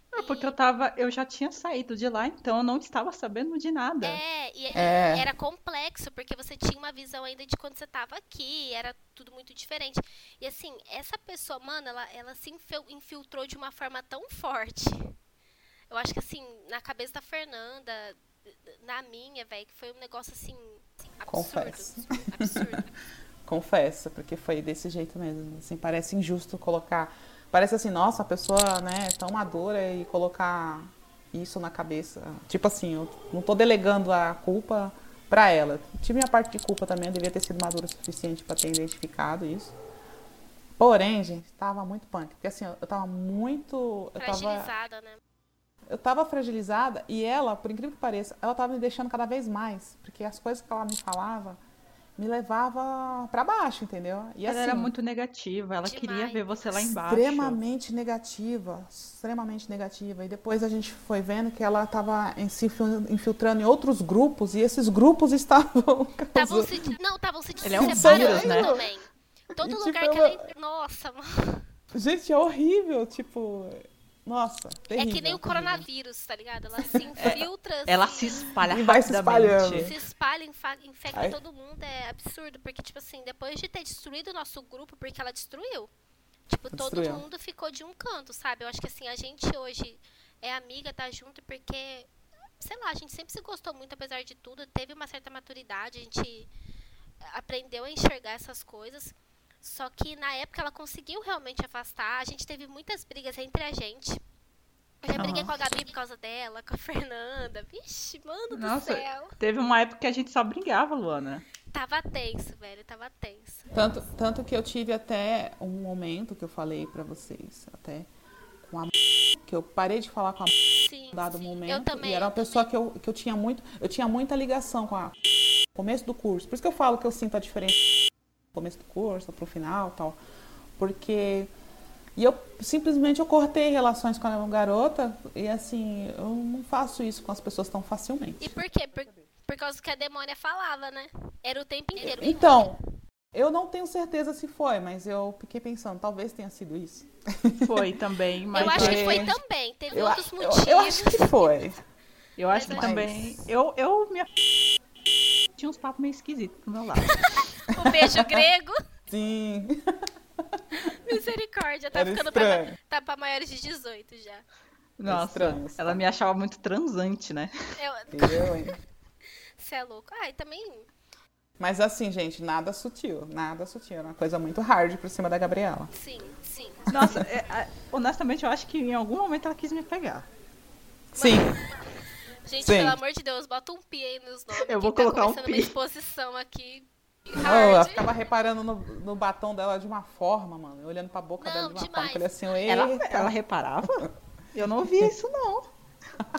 Speaker 1: É porque
Speaker 2: E-
Speaker 1: eu tava. Eu já tinha saído de lá, então eu não estava sabendo de nada.
Speaker 2: É, e
Speaker 3: É.
Speaker 2: e era complexo, porque você tinha uma visão ainda de quando você tava aqui, era tudo muito diferente. E assim, essa pessoa, mano, ela, ela se infil- infiltrou de uma forma tão forte. Eu acho que assim, na cabeça da Fernanda, na minha, velho, que foi um negócio assim, absurdo.
Speaker 3: Confesso.
Speaker 2: Absurdo.
Speaker 3: Confesso, porque foi desse jeito mesmo. Assim, parece injusto colocar. Parece assim, nossa, a pessoa né, é tão madura e colocar isso na cabeça. Tipo assim, eu não tô delegando a culpa pra ela. Tive minha parte de culpa também, eu devia ter sido madura o suficiente pra ter identificado isso. Porém, gente, tava muito punk. Porque assim, eu eu tava muito. Eu tava,
Speaker 2: Fragilizada, né?
Speaker 3: eu tava fragilizada e ela, por incrível que pareça, ela tava me deixando cada vez mais, porque as coisas que ela me falava me levava pra baixo, entendeu? E
Speaker 1: ela
Speaker 3: assim,
Speaker 1: era muito negativa, ela
Speaker 2: demais.
Speaker 1: queria ver você lá embaixo.
Speaker 3: extremamente negativa, extremamente negativa. E depois a gente foi vendo que ela tava em- se infil- infiltrando em outros grupos e esses grupos estavam
Speaker 2: Estavam
Speaker 3: causando...
Speaker 2: se, não, estavam se
Speaker 1: Ele é um
Speaker 2: separando
Speaker 1: vírus, né?
Speaker 2: também. Todo
Speaker 3: E, tipo,
Speaker 2: lugar que
Speaker 3: ela-
Speaker 2: ela. en- Nossa, mano.
Speaker 3: Gente, é horrível, tipo, nossa,
Speaker 2: É
Speaker 3: terrível. É.
Speaker 2: que nem o coronavírus, tá ligado? Ela se infiltra.
Speaker 1: Ela se espalha
Speaker 3: E vai se
Speaker 1: rapidamente.
Speaker 3: espalhando.
Speaker 2: se espalha, infa- infecta
Speaker 3: Ai.
Speaker 2: todo mundo. É absurdo, porque, tipo assim, depois de ter destruído o nosso grupo, porque ela destruiu, tipo, todo
Speaker 3: Destruiu.
Speaker 2: mundo ficou de um canto, sabe? Eu acho que, assim, a gente hoje é amiga, tá junto, porque, sei lá, a gente sempre se gostou muito, apesar de tudo, teve uma certa maturidade, a gente aprendeu a enxergar essas coisas. Só que na época ela conseguiu realmente afastar. A gente teve muitas brigas entre a gente. Eu já briguei
Speaker 3: Aham.
Speaker 2: com a Gabi por causa dela, com a Fernanda. Vixe, mano
Speaker 1: Nossa.
Speaker 2: do céu.
Speaker 1: Teve uma época que a gente só brigava, Luana.
Speaker 2: Tava tenso, velho, tava tenso.
Speaker 3: Tanto, tanto que eu tive até um momento que eu falei pra vocês, até com a m- que eu parei de falar com a m-
Speaker 2: Sim.
Speaker 3: em dado
Speaker 2: sim.
Speaker 3: momento.
Speaker 2: Eu também.
Speaker 3: e era uma pessoa que eu, que eu tinha muito. Eu tinha muita ligação com a m- no começo do curso. Por isso que eu falo que eu sinto a diferença do começo do curso, pro final tal. Porque. E eu simplesmente eu cortei relações com a garota e assim, eu não faço isso com as pessoas tão facilmente.
Speaker 2: E por quê? Por, por causa que a demônia falava, né? Era o tempo inteiro.
Speaker 3: Então, eu não tenho certeza se foi, mas eu fiquei pensando, talvez tenha sido isso.
Speaker 1: Foi também, mas é,
Speaker 2: eu acho que
Speaker 3: eu-
Speaker 2: foi também. Teve
Speaker 3: Eu, a-
Speaker 2: outros
Speaker 3: eu-
Speaker 2: motivos.
Speaker 3: eu acho que foi.
Speaker 1: eu acho que
Speaker 2: Mas-
Speaker 1: também. Eu, eu me. Tinha uns papos meio esquisitos pro meu lado.
Speaker 2: O beijo grego.
Speaker 3: Sim.
Speaker 2: Misericórdia. Tá
Speaker 3: Era
Speaker 2: ficando pra,
Speaker 3: estranho.
Speaker 2: tá pra maiores de 18 já.
Speaker 1: Nossa,
Speaker 3: estranho tá. isso.
Speaker 1: ela me achava muito transante, né?
Speaker 2: Eu,
Speaker 3: Entendeu, hein?
Speaker 2: você é louco. Ai, também.
Speaker 3: Mas assim, gente, nada sutil, nada sutil. Era uma coisa muito hard por cima da Gabriela.
Speaker 2: Sim, sim.
Speaker 1: Nossa, é- é- honestamente, eu acho que em algum momento ela quis me pegar.
Speaker 3: Sim,
Speaker 2: Gente,
Speaker 3: Sim.
Speaker 2: pelo amor de Deus, bota um pi aí nos nomes.
Speaker 1: Eu
Speaker 2: que
Speaker 1: vou
Speaker 2: tá
Speaker 1: colocar um
Speaker 2: começando uma
Speaker 1: pi.
Speaker 2: exposição aqui.
Speaker 3: oh, eu
Speaker 2: Hard.
Speaker 3: ficava reparando no, no batom dela de uma forma, mano. Eu Olhando pra boca
Speaker 2: Não,
Speaker 3: dela de uma
Speaker 2: demais.
Speaker 3: forma. Eu falei assim,
Speaker 1: Ela,
Speaker 3: Eita.
Speaker 1: ela reparava? Eu não via isso, não.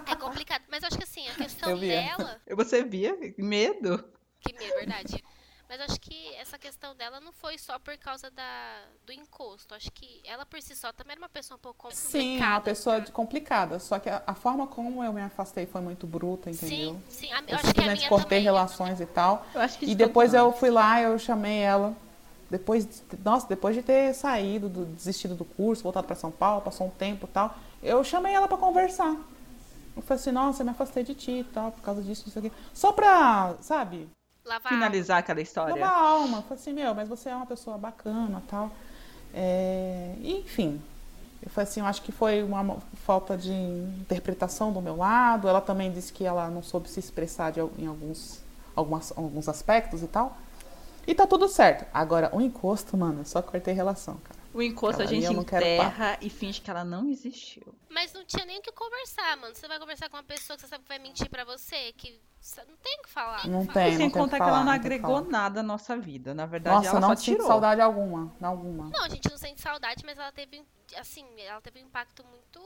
Speaker 2: É complicado. Mas eu acho que assim, a questão
Speaker 3: Eu via.
Speaker 2: dela.
Speaker 1: Você via? Medo?
Speaker 2: Que medo, é verdade. Mas acho que essa questão dela não foi só por causa da, do encosto. Acho que ela por si só também era uma pessoa um pouco complicada.
Speaker 3: Sim, uma pessoa de- complicada. Só que a, a forma como eu me afastei foi muito bruta, entendeu?
Speaker 2: Sim, sim. A, eu
Speaker 3: Eu
Speaker 2: acho que a
Speaker 3: simplesmente
Speaker 2: minha
Speaker 3: cortei
Speaker 2: também.
Speaker 3: relações e tal.
Speaker 1: Eu acho que de
Speaker 3: E depois
Speaker 1: todos
Speaker 3: eu
Speaker 1: nós.
Speaker 3: fui lá, eu chamei ela. Depois, de- nossa, depois de ter saído, do, desistido do curso, voltado para São Paulo, passou um tempo e tal, eu chamei ela para conversar. Eu falei assim, nossa, eu me afastei de ti e tal, por causa disso, disso aqui. Só pra, sabe,
Speaker 2: Lavar.
Speaker 1: Finalizar aquela história.
Speaker 3: lavar a alma. Eu falei assim, meu, mas você é uma pessoa bacana e tal. É, enfim. Eu falei assim, eu acho que foi uma mo- falta de interpretação do meu lado. Ela também disse que ela não soube se expressar de al- em alguns, algumas, alguns aspectos e tal. E tá tudo certo. Agora, o encosto, mano, eu só cortei relação, cara.
Speaker 1: O encosto a
Speaker 3: Cara, ali
Speaker 1: gente
Speaker 3: eu não quero
Speaker 1: enterra e finge que ela não existiu.
Speaker 2: Mas não tinha nem o que conversar, mano. Você vai conversar com uma pessoa que você sabe que vai mentir pra você, que você não tem o que falar.
Speaker 3: Não
Speaker 2: Fala.
Speaker 3: tem,
Speaker 1: e
Speaker 3: É, não tem
Speaker 1: sem
Speaker 3: o que
Speaker 1: contar que,
Speaker 3: falar,
Speaker 1: ela não
Speaker 3: não tem o que
Speaker 1: agregou
Speaker 3: falar.
Speaker 1: nada à nossa vida. Na verdade,
Speaker 3: Nossa, eu
Speaker 1: ela
Speaker 3: não
Speaker 1: só
Speaker 3: sinto
Speaker 1: tirou.
Speaker 3: saudade alguma, alguma.
Speaker 2: Não, a gente não sente saudade, mas ela teve, assim, ela teve um impacto muito,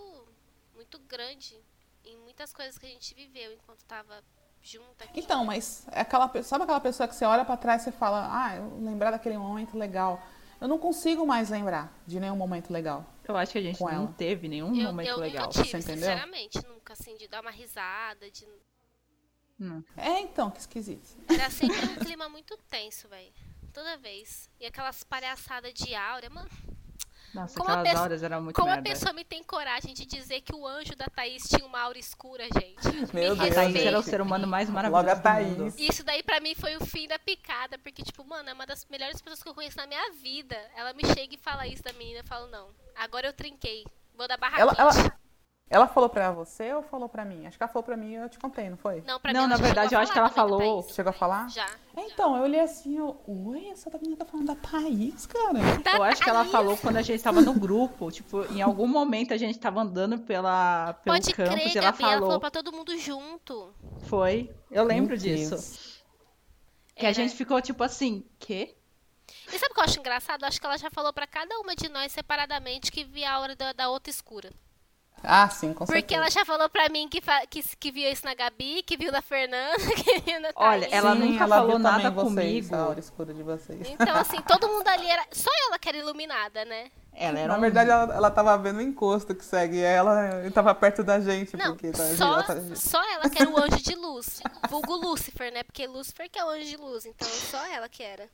Speaker 2: muito grande em muitas coisas que a gente viveu enquanto tava junta aqui.
Speaker 3: Então, mas é aquela, pe- sabe aquela pessoa que você olha pra trás e você fala, ah, eu lembrar daquele momento legal. Eu não consigo mais lembrar de nenhum momento legal.
Speaker 1: Eu acho que a gente
Speaker 3: Com
Speaker 1: não
Speaker 3: ela.
Speaker 1: teve nenhum
Speaker 2: eu,
Speaker 1: momento
Speaker 2: eu
Speaker 1: legal.
Speaker 2: nunca
Speaker 3: você
Speaker 2: tive,
Speaker 3: entendeu?
Speaker 2: sinceramente, nunca, assim, de dar uma risada, de...
Speaker 1: Não.
Speaker 3: É, então, que esquisito.
Speaker 2: Era sempre um clima muito tenso, velho. Toda vez. E aquelas palhaçadas de áurea, mano.
Speaker 1: Nossa,
Speaker 2: Como a
Speaker 1: aquelas
Speaker 2: pessoa-
Speaker 1: horas eram muito
Speaker 2: Como
Speaker 1: merda.
Speaker 2: a pessoa me tem coragem de dizer que o anjo da Thaís tinha uma aura escura, gente?
Speaker 3: Meu
Speaker 2: me
Speaker 1: A
Speaker 3: Deus,
Speaker 1: Thaís
Speaker 2: respeita.
Speaker 1: era o ser humano mais maravilhoso
Speaker 3: Logo a
Speaker 1: do mundo.
Speaker 3: Thaís.
Speaker 2: Isso daí pra mim foi o fim da picada, porque, tipo, mano, é uma das melhores pessoas que eu conheço na minha vida. Ela me chega e fala isso da menina, eu falo, não, agora eu trinquei. Vou dar barra
Speaker 3: Ela,
Speaker 2: quente.
Speaker 3: ela, ela falou pra você ou falou pra mim? Acho que ela falou pra mim e eu te contei, não foi?
Speaker 2: Não, pra
Speaker 1: Não,
Speaker 2: mim,
Speaker 1: na
Speaker 2: ela já chegou
Speaker 1: verdade,
Speaker 2: a
Speaker 1: eu acho que
Speaker 2: falar é
Speaker 1: ela
Speaker 2: também da
Speaker 1: falou.
Speaker 2: Thaís.
Speaker 3: Chegou a falar?
Speaker 2: tá Já.
Speaker 3: É, então, eu olhei assim, eu, oi, essa menina tá falando da Thaís, cara.
Speaker 1: Eu acho que ela
Speaker 2: Thaís.
Speaker 1: falou quando a gente tava no grupo. Tipo, em algum momento a gente tava andando pela, pelo
Speaker 2: Pode
Speaker 1: campus
Speaker 2: crer,
Speaker 1: e
Speaker 2: Gabi,
Speaker 1: um ela falou.
Speaker 2: ela falou pra todo mundo junto.
Speaker 1: Foi. Eu lembro
Speaker 3: Meu Deus.
Speaker 1: disso. Que a
Speaker 2: Era-
Speaker 1: gente ficou tipo assim, quê?
Speaker 2: E sabe o que eu acho engraçado? Eu acho que ela já falou pra cada uma de nós separadamente que via a hora da, da outra escura.
Speaker 3: Ah, sim, com
Speaker 2: Porque
Speaker 3: certeza.
Speaker 2: ela já falou pra mim que, fa- que, que viu isso na Gabi, que viu na Fernanda, que viu na
Speaker 1: Olha,
Speaker 2: Thaís.
Speaker 1: ela
Speaker 3: Sim,
Speaker 1: nunca
Speaker 3: ela
Speaker 1: falou
Speaker 3: viu também
Speaker 1: nada
Speaker 3: vocês,
Speaker 1: comigo.
Speaker 3: A hora escura de vocês.
Speaker 2: Então, assim, todo mundo ali era. Só ela que era iluminada, né?
Speaker 1: Ela era
Speaker 3: Na
Speaker 1: um-
Speaker 3: verdade, ela, ela tava vendo o encosto que segue ela, ele tava perto da gente,
Speaker 2: Não,
Speaker 3: porque tá-
Speaker 2: só,
Speaker 3: ela tá-
Speaker 2: só ela que era o anjo de luz. Vulgo Lúcifer, né? Porque Lúcifer que é o anjo de luz. Então, só ela que era.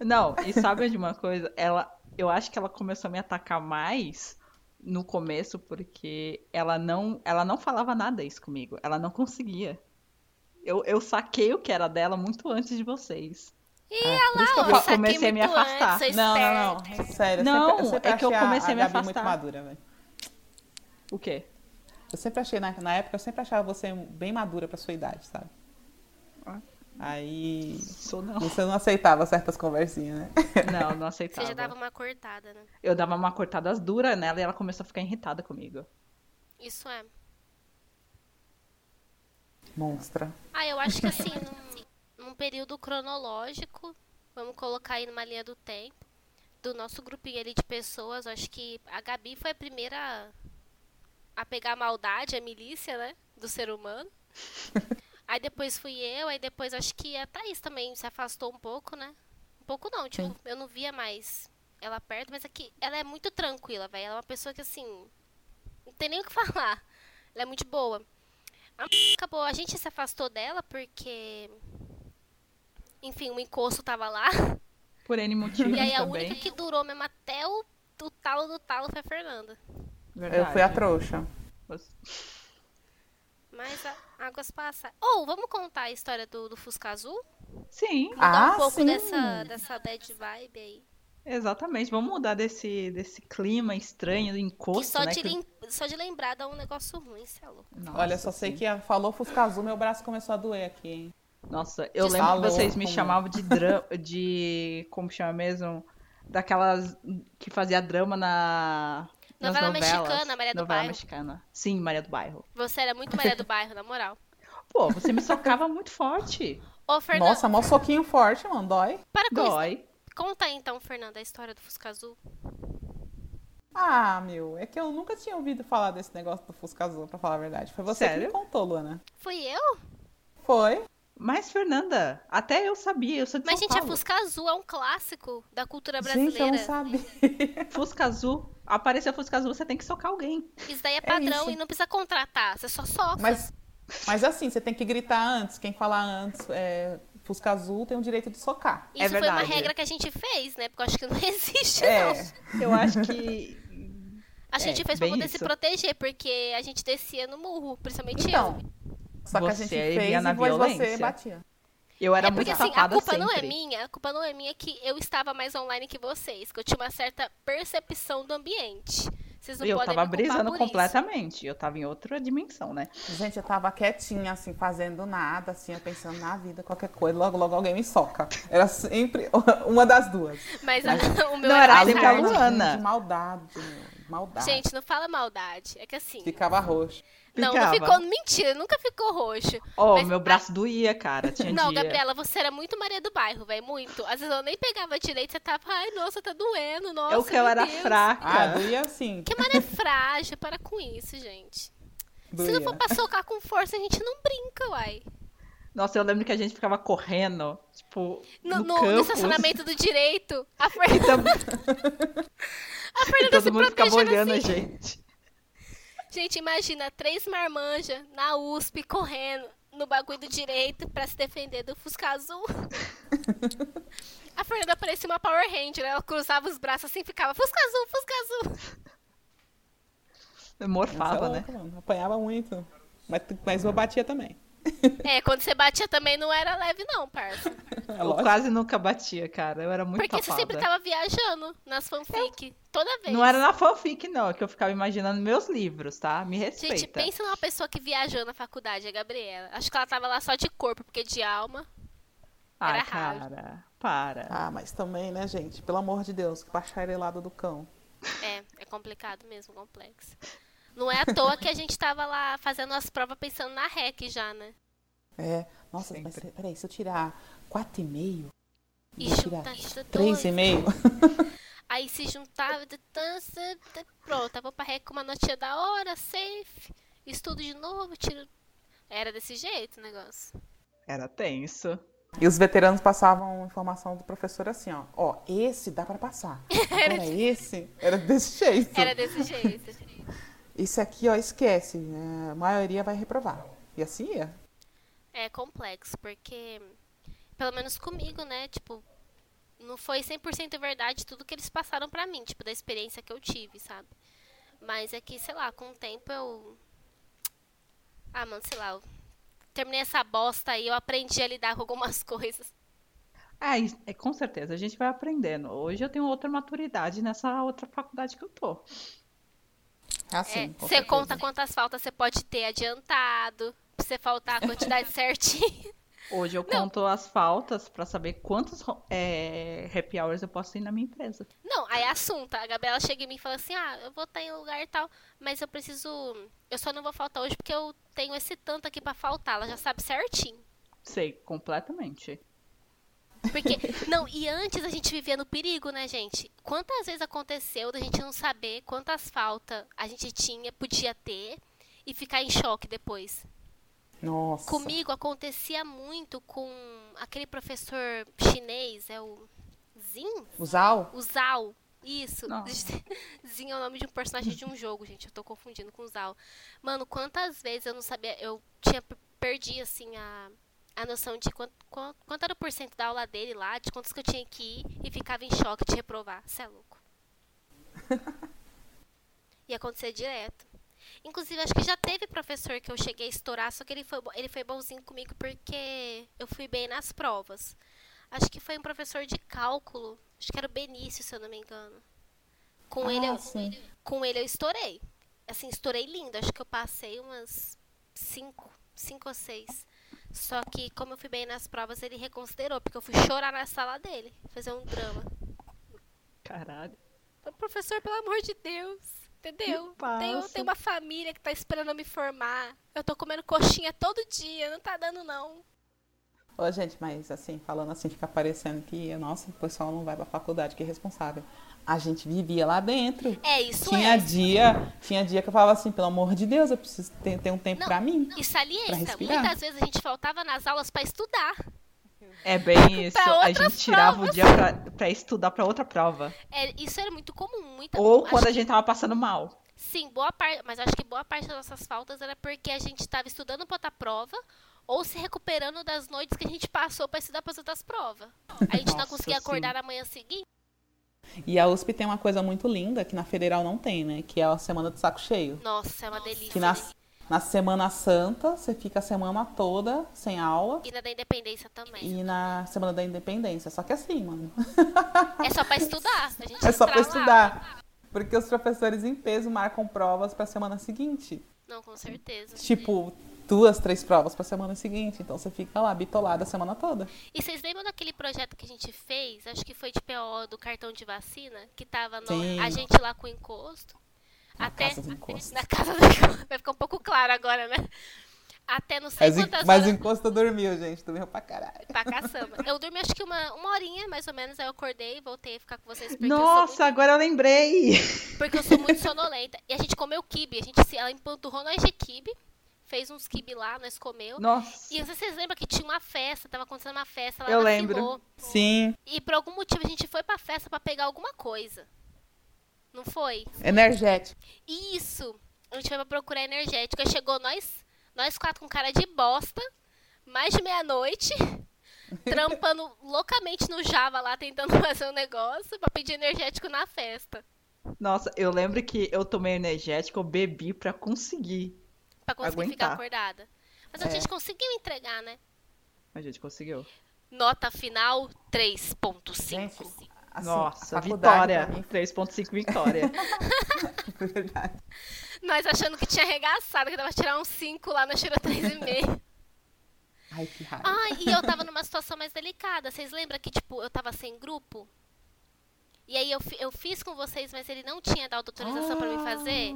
Speaker 1: Não, e sabe de uma coisa? Ela, eu acho que ela começou a me atacar mais no começo porque ela não, ela não falava nada isso comigo. Ela não conseguia. Eu, eu saquei o que era dela muito antes de vocês.
Speaker 2: E ela,
Speaker 1: Ah, isso que eu
Speaker 2: ó,
Speaker 1: falo,
Speaker 2: saquei
Speaker 1: comecei a me
Speaker 2: muito
Speaker 1: afastar.
Speaker 2: antes, sou
Speaker 3: Não, não,
Speaker 2: esperta.
Speaker 3: não. Sério, eu
Speaker 1: Não,
Speaker 3: sempre, eu sempre
Speaker 1: é que eu
Speaker 3: achei
Speaker 1: comecei a me
Speaker 3: Gabi muito
Speaker 1: afastar.
Speaker 3: madura, velho.
Speaker 1: O quê?
Speaker 3: Eu sempre achei, na, na época, eu sempre achava você bem madura pra sua idade, sabe?
Speaker 1: Ah.
Speaker 3: Aí.
Speaker 1: Sou não.
Speaker 3: Você não aceitava certas conversinhas, né?
Speaker 1: Não, não
Speaker 2: Você já dava
Speaker 1: aceitava.
Speaker 2: uma cortada, né?
Speaker 1: Eu dava uma cortada dura nela e ela começou a ficar irritada comigo.
Speaker 2: Isso é.
Speaker 3: Monstra.
Speaker 2: Ah, eu acho que assim, num, num período cronológico, vamos colocar aí numa linha do tempo, do nosso grupinho ali de pessoas, eu acho que a Gabi foi a primeira a pegar a maldade, a milícia, né, do ser humano. Aí depois fui eu, aí depois acho que a Thaís também se afastou um pouco, né? Um pouco não, tipo, eu não via mais ela perto, mas é que ela é muito tranquila, velho. Ela é uma pessoa que assim, não tem nem o que falar. Ela é muito boa acabou, a gente se afastou dela porque. Enfim, o encosto tava lá.
Speaker 1: Por N motivos
Speaker 2: E aí a
Speaker 1: também.
Speaker 2: única que durou mesmo até o, o talo do talo foi a Fernanda.
Speaker 1: Verdade.
Speaker 3: Eu fui a trouxa.
Speaker 2: Mas a, águas passam. Ou vamos contar a história do, do Fusca Azul?
Speaker 1: Sim,
Speaker 2: Mudar
Speaker 3: Ah,
Speaker 2: um pouco
Speaker 3: sim.
Speaker 2: dessa, dessa bad vibe aí.
Speaker 1: exatamente. Vamos mudar desse, desse clima estranho, do encosto,
Speaker 2: que só,
Speaker 1: né?
Speaker 2: de
Speaker 1: que-
Speaker 2: lim- só de lembrar dá um negócio ruim, cê é louco.
Speaker 1: Nossa,
Speaker 3: Olha, só sei
Speaker 1: sim.
Speaker 3: que a- falou Fusca Azul, meu braço começou a doer aqui, hein?
Speaker 1: Nossa, eu
Speaker 2: Vocês
Speaker 1: lembro
Speaker 3: falam
Speaker 1: que vocês me
Speaker 3: como-
Speaker 1: chamavam de dra... de como chama mesmo? Daquelas que fazia drama na nas
Speaker 2: Novela
Speaker 1: novelas.
Speaker 2: mexicana, Maria do
Speaker 1: Novela
Speaker 2: Bairro.
Speaker 1: mexicana. Sim, Maria do Bairro.
Speaker 2: Você era muito Maria do Bairro, na moral.
Speaker 1: Pô, você me socava muito forte.
Speaker 2: Ô, Fernanda,
Speaker 3: Nossa, mó soquinho forte, mano, dói.
Speaker 2: para com isso.
Speaker 1: Dói.
Speaker 2: Conta aí, então, Fernanda, a história do Fusca Azul.
Speaker 3: Ah, meu, é que eu nunca tinha ouvido falar desse negócio do Fusca Azul, pra falar a verdade. Foi você que
Speaker 1: Sério?
Speaker 3: me contou, Luana.
Speaker 2: Fui eu?
Speaker 3: Foi?
Speaker 1: Mas, Fernanda, até eu sabia, eu sou de
Speaker 2: Mas,
Speaker 1: São
Speaker 2: gente, a
Speaker 1: Paulo.
Speaker 2: Fusca Azul é um clássico da cultura
Speaker 3: Gente, é um eu
Speaker 2: brasileira.
Speaker 3: não sabia.
Speaker 1: Fusca Azul. Apareceu Fusca Azul, você tem que socar alguém.
Speaker 2: Isso daí é padrão
Speaker 3: isso.
Speaker 2: e não precisa contratar, você só sofre.
Speaker 3: Mas, mas assim, você tem que gritar antes. Quem falar antes, é, Fusca Azul tem o direito de socar.
Speaker 2: Isso foi uma
Speaker 1: é verdade.
Speaker 2: um regra que a gente fez, né? Porque eu acho que não existe,
Speaker 3: É,
Speaker 2: não.
Speaker 1: Eu acho que
Speaker 2: A gente
Speaker 1: É,
Speaker 2: fez pra
Speaker 1: bem
Speaker 2: poder se
Speaker 1: isso.
Speaker 2: proteger, porque a gente descia no murro, principalmente
Speaker 3: Então.
Speaker 2: eu.
Speaker 3: Só que a
Speaker 1: Você
Speaker 3: gente
Speaker 1: é
Speaker 3: fez e
Speaker 1: na
Speaker 3: depois você
Speaker 1: violência.
Speaker 3: batia.
Speaker 1: Eu era
Speaker 2: é porque
Speaker 1: muito
Speaker 2: assim, a
Speaker 1: safada
Speaker 2: culpa
Speaker 1: sempre.
Speaker 2: não é minha, a culpa não é minha que eu estava mais online que vocês, que eu tinha uma certa percepção do ambiente. Vocês não
Speaker 1: Eu
Speaker 2: podem
Speaker 1: tava
Speaker 2: me culpar
Speaker 1: brisando
Speaker 2: por isso.
Speaker 1: completamente. Eu tava em outra dimensão, né?
Speaker 3: Gente, eu tava quietinha, assim, fazendo nada, assim, eu pensando na vida, qualquer coisa, logo, logo alguém me soca. Era sempre uma das duas.
Speaker 2: Mas a- o meu
Speaker 1: Não,
Speaker 2: era
Speaker 1: era assim sempre a
Speaker 2: mais
Speaker 3: Ai,
Speaker 2: tarde.
Speaker 3: gente,
Speaker 1: Luana.
Speaker 3: De maldade, meu, maldade.
Speaker 2: Gente, não fala maldade. É que assim.
Speaker 3: Ficava roxo.
Speaker 2: Não,
Speaker 1: Ficava.
Speaker 2: não ficou. Mentira, nunca ficou roxo.
Speaker 1: Ó,
Speaker 2: Mas-
Speaker 1: meu braço doía, cara. Tinha
Speaker 2: Não,
Speaker 1: dia.
Speaker 2: Gabriela, você era muito Maria do Bairro, velho. Muito. Às vezes eu nem pegava direito, você tava, ai, nossa, tá doendo, nossa.
Speaker 1: eu É que eu
Speaker 2: meu
Speaker 1: era
Speaker 2: Deus.
Speaker 3: Ah,
Speaker 1: fraca.
Speaker 3: doía assim.
Speaker 2: Que Maria é frágil, para com isso, gente. Se
Speaker 3: Doía.
Speaker 2: não for pra socar com força, a gente não brinca, uai.
Speaker 1: Nossa, eu lembro que a gente ficava correndo, tipo,
Speaker 2: No,
Speaker 1: no,
Speaker 2: no- no
Speaker 1: campus.
Speaker 2: estacionamento do direito, a Fernanda,
Speaker 1: Então,
Speaker 2: a Fernanda se
Speaker 1: todo mundo ficava
Speaker 2: protegendo
Speaker 1: olhando
Speaker 2: assim.
Speaker 1: a gente.
Speaker 2: Gente, imagina, três marmanjas na USP correndo no bagulho do direito pra se defender do Fusca Azul. A Fernanda parecia uma Power Ranger, ela cruzava os braços assim e ficava Fusca Azul, Fusca Azul.
Speaker 1: Eu
Speaker 3: Você é
Speaker 1: Morfava, né?
Speaker 3: louca, mano. Apanhava muito. Mas, mas eu batia também.
Speaker 2: É, quando você batia também não era leve não, parça.
Speaker 3: É
Speaker 1: Eu
Speaker 3: lógico.
Speaker 1: quase nunca batia, cara. Eu era muito
Speaker 2: Porque você
Speaker 1: safada.
Speaker 2: sempre tava viajando nas fanfic, toda vez.
Speaker 1: Não era na fanfic, não. É que eu ficava imaginando meus livros, tá? Me respeita.
Speaker 2: Gente, pensa numa pessoa que viajou na faculdade, a Gabriela. Acho que ela tava lá só de corpo, porque de alma.
Speaker 1: Ai,
Speaker 2: era raro.
Speaker 1: cara, para.
Speaker 3: Ah, mas também, né, gente? Pelo amor de Deus, que bacharelado do cão.
Speaker 2: É, é complicado mesmo, complexo. Não é à toa que a gente tava lá fazendo as provas pensando na REC já, né?
Speaker 3: É. Nossa, mas
Speaker 1: Sempre.
Speaker 3: peraí, se eu tirar 4,5,
Speaker 2: E
Speaker 3: Vou
Speaker 2: juntar
Speaker 3: tirar
Speaker 2: isso dois.
Speaker 3: 3,5.
Speaker 2: Aí se juntava, de tança, de- pronto, eu vou pra REC com uma notinha da hora, safe. Estudo de novo, tiro. Era desse jeito o negócio.
Speaker 1: Era tenso.
Speaker 3: E os veteranos passavam informação do professor assim, ó. Ó, esse dá pra passar. Agora esse era desse jeito.
Speaker 2: Era desse jeito.
Speaker 3: Esse aqui, ó, esquece. né? A maioria vai reprovar. E assim ia.
Speaker 2: É complexo, porque, pelo menos comigo, né? Tipo, não foi 100% verdade tudo que eles passaram pra mim, tipo, da experiência que eu tive, sabe? Mas é que, sei lá, com o tempo eu. Ah, mano, sei lá. Eu terminei essa bosta aí, eu aprendi a lidar com algumas coisas.
Speaker 1: Ah, e- é, com certeza, a gente vai aprendendo. Hoje eu tenho outra maturidade nessa outra faculdade que eu tô.
Speaker 3: Assim.
Speaker 2: é, você conta quantas faltas você pode ter adiantado, pra você faltar a quantidade certinha.
Speaker 1: Hoje eu conto as faltas pra saber quantos ro- é, happy hours eu posso ir na minha empresa.
Speaker 2: Não, aí é assunto. A Gabriela chega em mim e fala assim: Ah, eu vou estar em um lugar e tal, mas eu preciso. Eu só não vou faltar hoje porque eu tenho esse tanto aqui pra faltar. Ela já sabe certinho.
Speaker 1: Sei, completamente.
Speaker 2: Porque. não, e antes a gente vivia no perigo, né, gente? Quantas vezes aconteceu da gente não saber quantas faltas a gente tinha, podia ter e ficar em choque depois?
Speaker 3: Nossa.
Speaker 2: Comigo acontecia muito com aquele professor chinês, é o Zin?
Speaker 3: Usal?
Speaker 2: O Zal. Isso.
Speaker 1: Nossa.
Speaker 2: Zin é o nome de um personagem de um jogo, gente. Eu tô confundindo com o Zal. Mano, quantas vezes eu não sabia. Eu tinha per- perdi, assim, a, a noção de quanto, quanto, quanto era o porcento da aula dele lá, de quantos que eu tinha que ir e ficava em choque de reprovar. Você é louco. e acontecer direto. Inclusive, acho que já teve professor que eu cheguei a estourar, só que ele foi, bo- ele foi bonzinho comigo porque eu fui bem nas provas. Acho que foi um professor de cálculo. Acho que era o Benício, se eu não me engano. Com,
Speaker 3: Ah,
Speaker 2: ele, eu,
Speaker 3: sim.
Speaker 2: com ele eu estourei. Assim, estourei lindo. Acho que eu passei umas cinco, cinco ou seis. Só que, como eu fui bem nas provas, ele reconsiderou, porque eu fui chorar na sala dele, fazer um drama.
Speaker 1: Caralho.
Speaker 2: Ô, Professor, pelo amor de Deus. Entendeu?
Speaker 1: passa.
Speaker 2: Tenho, tenho um, uma família que tá esperando eu me formar. Eu tô comendo coxinha todo dia, não tá dando não.
Speaker 3: Ô, gente, mas assim, falando assim, fica parecendo que, nossa, o pessoal não vai pra faculdade, que irresponsável. A gente vivia lá dentro.
Speaker 2: É isso
Speaker 3: tinha
Speaker 2: é.
Speaker 3: dia, tinha dia que eu falava assim, pelo amor de Deus, eu preciso ter, ter um tempo
Speaker 2: Não,
Speaker 3: pra mim.
Speaker 2: E salienta,
Speaker 3: respirar.
Speaker 2: muitas vezes a gente faltava nas aulas pra estudar.
Speaker 1: É bem isso. A
Speaker 2: outras
Speaker 1: gente tirava
Speaker 2: provas.
Speaker 1: o dia pra, pra estudar pra outra prova.
Speaker 2: É, isso era muito comum, muita
Speaker 1: Ou
Speaker 2: acho
Speaker 1: quando a
Speaker 2: que-
Speaker 1: gente tava passando mal.
Speaker 2: Sim, boa parte, mas acho que boa parte das nossas faltas era porque a gente tava estudando pra outra prova ou se recuperando das noites que a gente passou pra estudar para outras provas. A gente não
Speaker 1: Nossa,
Speaker 2: conseguia
Speaker 1: sim.
Speaker 2: acordar na manhã seguinte.
Speaker 3: E a USP tem uma coisa muito linda que na federal não tem, né? Que é a semana do saco cheio.
Speaker 2: Nossa, é uma delícia.
Speaker 3: Que na, na Semana Santa você fica a semana toda sem aula.
Speaker 2: E na da independência também.
Speaker 3: E na Semana da Independência. Só que assim, mano.
Speaker 2: É só pra estudar. A gente
Speaker 3: É só
Speaker 2: entra
Speaker 3: pra
Speaker 2: lá.
Speaker 3: estudar. Porque os professores em peso marcam provas pra semana seguinte.
Speaker 2: Não, com certeza.
Speaker 3: Tipo, duas, três provas pra semana seguinte. Então você fica lá bitolado a semana toda.
Speaker 2: E vocês lembram daquele projeto que a gente fez? Acho que foi de PO do cartão de vacina, que tava no-
Speaker 3: Sim.
Speaker 2: a gente lá com o encosto.
Speaker 3: Na
Speaker 2: até
Speaker 3: casa do encosto.
Speaker 2: na casa do encosto. Vai ficar um pouco claro agora, né? Até não sei
Speaker 3: Mas, en-
Speaker 2: quantas
Speaker 3: mas
Speaker 2: horas
Speaker 3: encosta dormiu, gente. Dormiu pra caralho.
Speaker 2: pra caçamba. Eu dormi acho que uma, uma horinha, mais ou menos, aí eu acordei e voltei a ficar com vocês porque, eu, sou
Speaker 1: Nossa, agora eu lembrei.
Speaker 2: muito, porque eu sou muito sonolenta. E a gente comeu quibe, a gente se, ela empanturrou nós de quibe, fez uns quibe lá, nós comeu.
Speaker 1: Nossa.
Speaker 2: E não sei se vocês lembram que tinha uma festa, tava acontecendo uma festa lá
Speaker 1: Eu
Speaker 2: na
Speaker 1: lembro.
Speaker 2: Filô.
Speaker 3: Sim.
Speaker 2: E por algum motivo a gente foi pra festa pra pegar alguma coisa. Não foi?
Speaker 3: Energético.
Speaker 2: Isso! A gente foi pra procurar energético. Aí chegou nós, nós quatro com cara de bosta, mais de meia-noite, trampando loucamente no Java lá, tentando fazer um negócio pra pedir energético na festa.
Speaker 1: Nossa, eu lembro que eu tomei energético, eu bebi pra conseguir.
Speaker 2: Pra conseguir
Speaker 1: Aguentar.
Speaker 2: ficar acordada. Mas a
Speaker 3: É.
Speaker 2: gente conseguiu entregar, né?
Speaker 1: A gente conseguiu.
Speaker 3: Assim,
Speaker 2: Nota final 3.5.
Speaker 3: assim,
Speaker 1: Nossa,
Speaker 3: a faculdade
Speaker 1: vitória.
Speaker 3: pra mim
Speaker 1: 3.5 vitória.
Speaker 3: foi verdade.
Speaker 2: Nós achando que tinha arregaçado, que dava pra tirar um 5 lá, nós tirou 3,5.
Speaker 3: Ai, que raiva.
Speaker 2: Ah, e eu tava numa situação mais delicada. Vocês lembram que, tipo, eu tava sem grupo? E aí eu, fi- eu fiz com vocês, mas ele não tinha dado autorização pra mim fazer.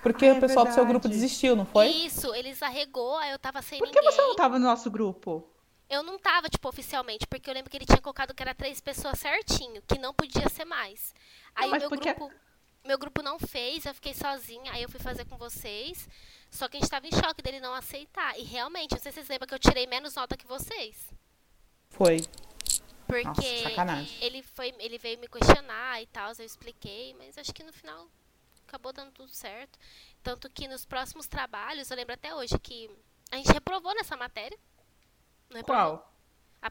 Speaker 3: Porque
Speaker 1: Ah, é
Speaker 3: o pessoal do seu
Speaker 1: verdade.
Speaker 3: grupo desistiu, não foi?
Speaker 2: Isso, eles arregou, aí eu tava sem
Speaker 1: Por que
Speaker 2: ninguém.
Speaker 1: você não tava no nosso grupo?
Speaker 2: Eu não tava, tipo, oficialmente, porque eu lembro que ele tinha colocado que era três pessoas certinho, que não podia ser mais. Aí
Speaker 1: Não, mas
Speaker 2: meu
Speaker 1: porque-
Speaker 2: grupo. Meu grupo não fez, eu fiquei sozinha, aí eu fui fazer com vocês. Só que a gente tava em choque dele não aceitar. E realmente, não sei se vocês lembram que eu tirei menos nota que vocês.
Speaker 3: Foi.
Speaker 2: Porque
Speaker 3: Nossa, sacanagem.
Speaker 2: ele foi, ele veio me questionar e tal, eu expliquei, mas acho que no final acabou dando tudo certo. Tanto que nos próximos trabalhos, eu lembro até hoje que a gente reprovou nessa matéria. Não reprovou?
Speaker 1: Qual?
Speaker 2: A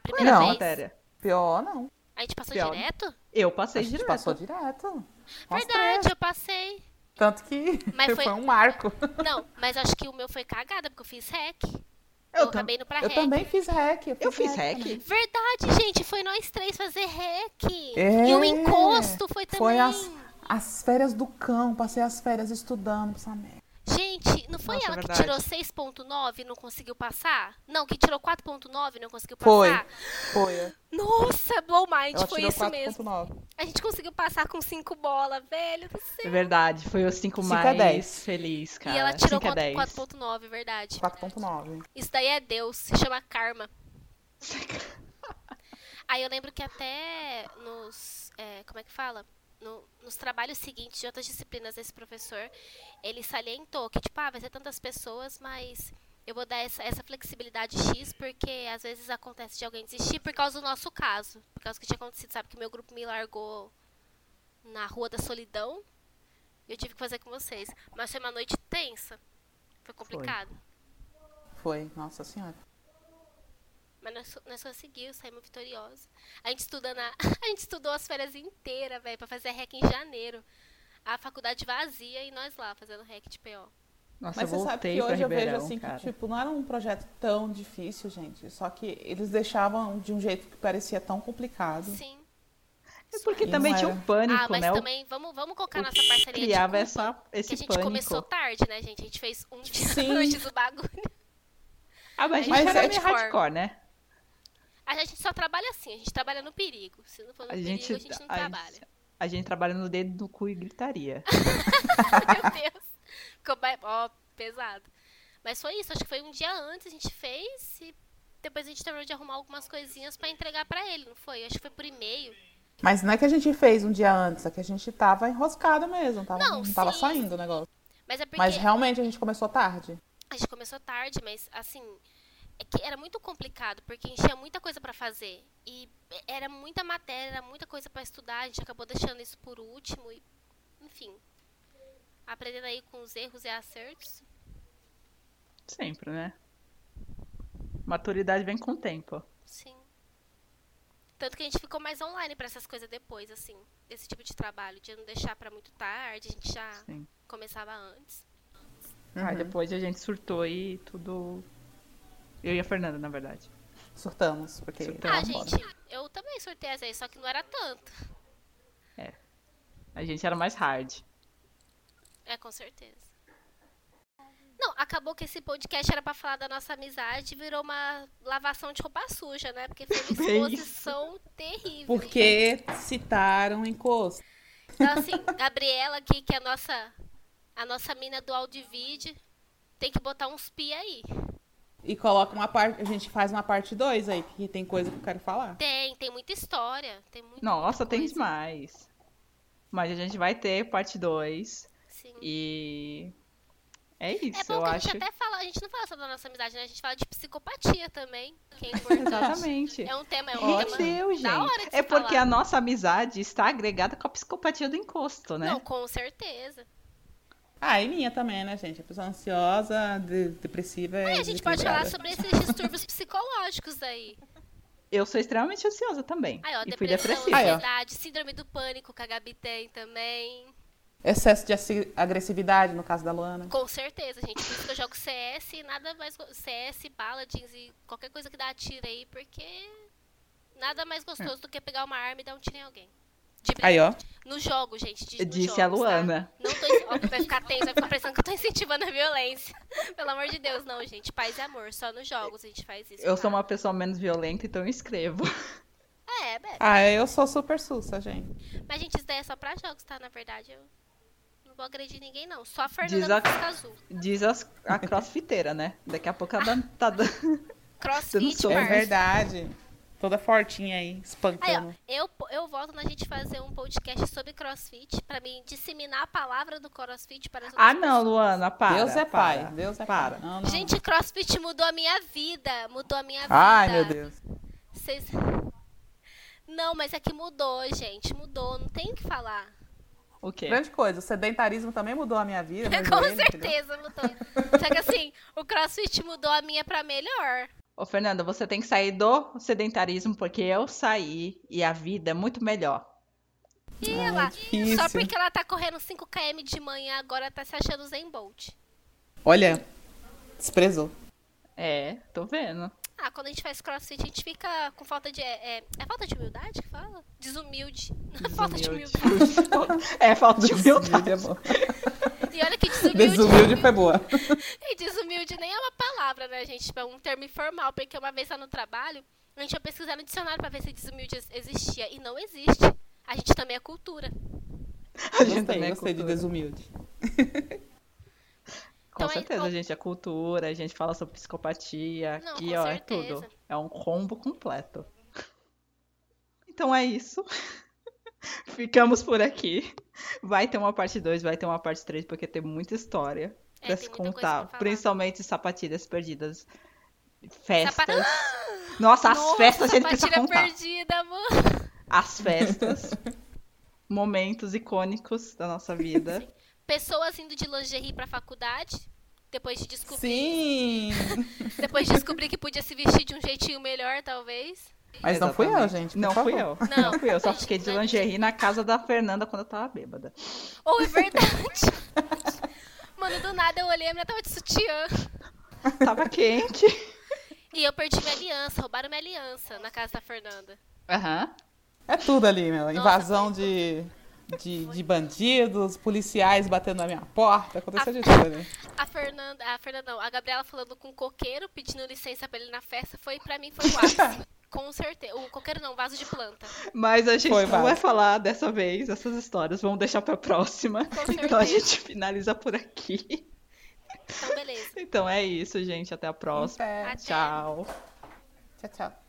Speaker 1: Qual
Speaker 2: primeira
Speaker 1: era a
Speaker 3: Não.
Speaker 2: vez.
Speaker 1: matéria?
Speaker 3: Pior não.
Speaker 2: A gente passou
Speaker 1: Pior.
Speaker 2: direto?
Speaker 1: Eu
Speaker 3: A
Speaker 1: passei
Speaker 3: gente
Speaker 1: direto.
Speaker 3: passou direto. Nós
Speaker 2: Verdade,
Speaker 3: três.
Speaker 2: eu passei.
Speaker 3: Tanto que
Speaker 2: Mas foi-
Speaker 3: foi um marco.
Speaker 2: Não, mas acho que o meu foi cagada, porque eu fiz hack.
Speaker 1: Eu
Speaker 2: Eu,
Speaker 1: tam-
Speaker 2: acabei indo pra
Speaker 3: Eu
Speaker 2: hack.
Speaker 3: também fiz hack.
Speaker 1: Eu fiz hack.
Speaker 3: também.
Speaker 2: Verdade, gente, foi nós três fazer hack.
Speaker 3: É.
Speaker 2: E o encosto foi também.
Speaker 3: Foi as, as férias do cão. Passei as férias estudando pra essa merda.
Speaker 2: Gente, não foi
Speaker 1: Nossa,
Speaker 2: ela
Speaker 1: verdade.
Speaker 2: que tirou 6.9 e não conseguiu passar? Não, que tirou 4.9 e não conseguiu
Speaker 3: Foi.
Speaker 2: passar?
Speaker 3: Foi.
Speaker 2: Nossa, blow mind,
Speaker 3: Ela
Speaker 2: foi
Speaker 3: tirou
Speaker 2: isso mesmo.
Speaker 3: 4.9.
Speaker 2: A gente conseguiu passar com 5 bolas, velho do
Speaker 1: É
Speaker 2: céu.
Speaker 1: verdade, foi o 5
Speaker 3: Cinco a
Speaker 1: mais
Speaker 3: dez.
Speaker 1: feliz, cara. é
Speaker 2: E ela tirou
Speaker 1: 5 a
Speaker 2: 4-
Speaker 1: 10.
Speaker 2: 4.9, é verdade.
Speaker 3: 4.9.
Speaker 2: Isso daí é Deus, se chama karma. Aí eu lembro que até nos. é, como é que fala? No- nos trabalhos seguintes de outras disciplinas desse professor, ele salientou que, tipo, ah, vai ser tantas pessoas, mas eu vou dar essa, essa flexibilidade X, porque às vezes acontece de alguém desistir por causa do nosso caso. Por causa que tinha acontecido, sabe? Que meu grupo me largou na Rua da Solidão. e Eu tive que fazer com vocês. Mas foi uma noite tensa. Foi complicado.
Speaker 3: Foi. Nossa senhora.
Speaker 2: Mas é nós, nós conseguimos, saímos vitoriosos. A gente, estuda na, a gente estudou as férias inteiras, velho, pra fazer REC em janeiro. A faculdade vazia e nós lá fazendo REC de PO.
Speaker 1: Nossa,
Speaker 3: Mas
Speaker 1: eu
Speaker 3: você
Speaker 1: voltei
Speaker 3: sabe que
Speaker 1: pra
Speaker 3: hoje eu
Speaker 1: Ribeirão,
Speaker 3: vejo assim
Speaker 1: cara.
Speaker 3: que, tipo, não era um projeto tão difícil, gente. Só que eles deixavam de um jeito que parecia tão complicado.
Speaker 2: Sim.
Speaker 1: É porque
Speaker 3: E
Speaker 1: também
Speaker 3: não
Speaker 1: tinha
Speaker 3: era.
Speaker 1: um pânico,
Speaker 2: ah, mas
Speaker 1: né? O-
Speaker 2: também vamos, vamos colocar
Speaker 1: o
Speaker 2: nossa
Speaker 1: que
Speaker 2: parceria de
Speaker 1: criava
Speaker 2: culpa,
Speaker 1: essa- esse
Speaker 2: que a gente
Speaker 1: pânico.
Speaker 2: começou tarde, né, gente? A gente fez um dia
Speaker 3: Sim.
Speaker 2: antes do bagulho.
Speaker 1: Ah, mas a gente
Speaker 3: Mas
Speaker 1: era
Speaker 3: é
Speaker 1: meio
Speaker 2: hardcore.
Speaker 1: hardcore, né?
Speaker 2: A gente só trabalha assim, a gente trabalha no perigo. Se não for no
Speaker 1: A
Speaker 2: perigo,
Speaker 1: gente,
Speaker 2: a gente não
Speaker 1: a gente-
Speaker 2: trabalha.
Speaker 1: a gente trabalha no dedo do cu e gritaria.
Speaker 2: Meu Deus. Ficou ba- ó, pesado. Mas foi isso, acho que foi um dia antes a gente fez e depois a gente terminou de arrumar algumas coisinhas pra entregar pra ele, não foi? Acho que foi por e-mail.
Speaker 3: Mas não é que a gente fez um dia antes, é que a gente tava enroscada mesmo. Tava,
Speaker 2: Não,
Speaker 3: não, tava
Speaker 2: sim.
Speaker 3: saindo o negócio.
Speaker 2: Mas é porque
Speaker 3: Mas realmente a gente começou tarde.
Speaker 2: a gente começou tarde, mas assim, é que era muito complicado porque a gente tinha muita coisa pra fazer e era muita matéria, era muita coisa pra estudar, a gente acabou deixando isso por último e enfim. Aprendendo aí com os erros e acertos.
Speaker 1: Sempre, né? Maturidade vem com o tempo.
Speaker 2: Sim. Tanto que a gente ficou mais online para essas coisas depois, assim, desse tipo de trabalho, de não deixar para muito tarde, a gente já
Speaker 1: Sim.
Speaker 2: começava antes.
Speaker 1: assim. Aí
Speaker 3: Uhum.
Speaker 1: depois a gente surtou e tudo. Eu e a Fernanda, na verdade.
Speaker 3: Surtamos, porque.
Speaker 1: Surtamos.
Speaker 2: Ah,
Speaker 1: Então,
Speaker 2: gente, eu também surtei as aí, só que não era tanto.
Speaker 1: A gente era mais hard.
Speaker 2: É, com certeza. Não, acabou que esse podcast era pra falar da nossa amizade e virou uma lavação de roupa suja, né? Porque foi uma
Speaker 1: Bem É isso.
Speaker 2: exposição terrível.
Speaker 3: Porque citaram encosto.
Speaker 2: Então, assim, Gabriela aqui, que é a nossa, a nossa mina do Audivide, tem que botar uns pi aí.
Speaker 3: E coloca uma parte. A gente faz uma parte 2 aí, porque tem coisa que eu quero falar.
Speaker 2: Tem, tem muita história. Tem muita,
Speaker 1: Nossa,
Speaker 2: muita
Speaker 1: tem
Speaker 2: coisa.
Speaker 1: demais. Mas a gente vai ter parte 2
Speaker 2: Sim.
Speaker 1: e. É
Speaker 2: assim. É
Speaker 1: isso,
Speaker 2: bom
Speaker 1: eu
Speaker 2: que a
Speaker 1: acho.
Speaker 2: gente até fala, a gente não fala só da nossa amizade, né? A gente fala de psicopatia também, que é importante.
Speaker 1: Exatamente.
Speaker 2: É um tema, é um
Speaker 1: Meu
Speaker 3: Ótimo.
Speaker 2: tema.
Speaker 1: Deus,
Speaker 2: Da hora
Speaker 1: gente.
Speaker 2: de
Speaker 1: É
Speaker 2: se
Speaker 1: porque
Speaker 2: falar.
Speaker 1: a nossa amizade está agregada com a psicopatia do encosto, né?
Speaker 2: Não, com certeza.
Speaker 3: Ah, e minha também, né, gente? A pessoa ansiosa, de- depressiva.
Speaker 2: É,
Speaker 3: e
Speaker 2: a gente pode falar
Speaker 3: desequilibrada.
Speaker 2: sobre esses distúrbios psicológicos aí.
Speaker 1: Eu sou extremamente ansiosa também.
Speaker 2: Aí, ó,
Speaker 1: e fui
Speaker 2: depressão, né?
Speaker 1: depressiva.
Speaker 3: Aí, ó.
Speaker 2: ansiedade, síndrome do pânico que a Gabi tem também.
Speaker 3: Excesso de assi- agressividade, no caso da Luana.
Speaker 2: Com certeza, gente. Por isso que eu jogo CS e nada mais. go- CS, Paladins e qualquer coisa que dá tiro aí, porque nada mais
Speaker 1: É.
Speaker 2: gostoso do que pegar uma arma e dar um tiro em alguém. De
Speaker 3: Aí, ó.
Speaker 2: No jogo, gente. de- nos
Speaker 1: Disse a
Speaker 2: jogos, tá?
Speaker 1: Luana.
Speaker 2: Não tô. in- Ó, vai ficar tenso, vai ficar pensando que eu tô incentivando a violência. Pelo amor de Deus, não, gente. Paz e amor. Só nos jogos a gente faz isso.
Speaker 1: Eu
Speaker 2: tá?
Speaker 1: sou uma pessoa menos violenta, então eu escrevo.
Speaker 2: É, Beth.
Speaker 3: Ah, eu sou super sussa, gente.
Speaker 2: Mas, gente, isso daí é só pra jogos, tá? Na verdade, eu não vou agredir ninguém, não. Só a Fernanda
Speaker 1: Diz a-
Speaker 2: no Fusca Azul.
Speaker 1: Diz as- a crossfiteira, né? Daqui a pouco ela tá dando.
Speaker 2: Crossfit,
Speaker 1: sou.
Speaker 3: É
Speaker 2: Mars.
Speaker 3: verdade. Toda fortinha aí,
Speaker 2: Aí,
Speaker 3: espancando.
Speaker 2: ó,
Speaker 1: né?
Speaker 2: eu, eu volto na gente fazer um podcast sobre crossfit, pra mim disseminar a palavra do crossfit para as outras
Speaker 1: Ah, não,
Speaker 2: pessoas.
Speaker 1: Luana, para.
Speaker 3: Deus é
Speaker 1: para.
Speaker 3: pai. Deus é
Speaker 1: Para.
Speaker 3: pai. Não, não.
Speaker 2: Gente, crossfit mudou a minha vida, mudou a minha vida.
Speaker 3: Ai, meu Deus.
Speaker 2: Vocês... Não, mas é que mudou, gente, mudou, não tem o que falar.
Speaker 1: O quê?
Speaker 3: Grande coisa. O sedentarismo também mudou a minha vida. meu
Speaker 2: Com
Speaker 3: joelho, entendeu?
Speaker 2: certeza mudou. Só que assim, o crossfit mudou a minha pra melhor.
Speaker 1: Ô, Fernanda, você tem que sair do sedentarismo, porque eu saí e a vida é muito melhor.
Speaker 2: E
Speaker 3: Ai,
Speaker 2: ela,
Speaker 3: difícil.
Speaker 2: só porque ela tá correndo 5km de manhã, agora tá se achando Zen Bolt.
Speaker 3: Olha, desprezou.
Speaker 1: É, tô vendo.
Speaker 2: Ah, quando a gente faz crossfit, a gente fica com falta de. É, é- é falta de humildade que fala? Desumilde. Não é falta de
Speaker 1: Desumilde.
Speaker 2: humildade.
Speaker 1: É falta de humildade.
Speaker 3: Desumilde é boa.
Speaker 2: E olha que desumilde.
Speaker 3: Desumilde foi boa.
Speaker 2: E desumilde nem é uma palavra, né, gente? Tipo, é um termo informal, porque uma vez lá no trabalho, a gente foi pesquisar no dicionário pra ver se desumilde ex- existia. E não existe. A gente também é cultura.
Speaker 1: A gente também
Speaker 3: Gostei,
Speaker 1: é
Speaker 3: gostei de
Speaker 1: cultura.
Speaker 3: desumilde.
Speaker 1: Com
Speaker 2: Então, é-
Speaker 1: certeza,
Speaker 2: então-
Speaker 1: gente, é cultura, a gente fala sobre psicopatia,
Speaker 2: Não,
Speaker 1: aqui,
Speaker 2: com
Speaker 1: ó, é
Speaker 2: certeza.
Speaker 1: tudo. É um combo completo. Então é isso. Ficamos por aqui. Vai ter uma parte 2, vai ter uma parte 3, porque tem muita história
Speaker 2: É,
Speaker 1: pra
Speaker 2: tem
Speaker 1: se
Speaker 2: muita coisa pra
Speaker 1: contar.
Speaker 2: falar.
Speaker 1: Principalmente sapatilhas perdidas, festas.
Speaker 2: Sapa- Ah!
Speaker 1: Nossa, as
Speaker 2: Nossa,
Speaker 1: festas a gente precisa
Speaker 2: sapatilha
Speaker 1: contar.
Speaker 2: perdida, amor.
Speaker 1: As festas, momentos icônicos da nossa vida.
Speaker 2: Pessoas indo de lingerie pra faculdade. Depois de descobrir.
Speaker 3: Sim!
Speaker 2: Depois de descobrir que podia se vestir de um jeitinho melhor, talvez.
Speaker 3: Mas não fui eu,
Speaker 1: Exatamente.
Speaker 3: gente. por
Speaker 1: Não fui
Speaker 3: favor.
Speaker 1: eu.
Speaker 2: Não,
Speaker 1: Não, fui eu. Só
Speaker 2: gente,
Speaker 1: fiquei de
Speaker 2: não é
Speaker 1: lingerie na casa da Fernanda quando eu tava bêbada.
Speaker 2: Ou é verdade. Mano, do nada eu olhei, a menina tava de sutiã.
Speaker 1: Tava quente.
Speaker 2: E eu perdi minha aliança, roubaram minha aliança na casa da Fernanda.
Speaker 1: Aham.
Speaker 3: É tudo ali, meu.
Speaker 2: Nossa,
Speaker 3: Invasão de, de, de bandidos, policiais batendo na minha porta. Aconteceu de tudo ali.
Speaker 2: A Fernanda, a Fernanda não, a Gabriela falando com o coqueiro, pedindo licença pra ele na festa, foi pra mim foi o ápice. Com certeza. O coqueiro não, vaso de planta.
Speaker 1: Mas a gente
Speaker 3: Foi,
Speaker 1: não
Speaker 3: Val.
Speaker 1: vai falar dessa vez essas histórias. Vamos deixar pra próxima.
Speaker 2: Com
Speaker 1: Então a
Speaker 2: certeza.
Speaker 1: gente finaliza por aqui.
Speaker 2: Então, beleza.
Speaker 1: Então é isso, gente. Até a próxima.
Speaker 3: Até.
Speaker 2: Até.
Speaker 1: Tchau.
Speaker 3: Tchau, tchau.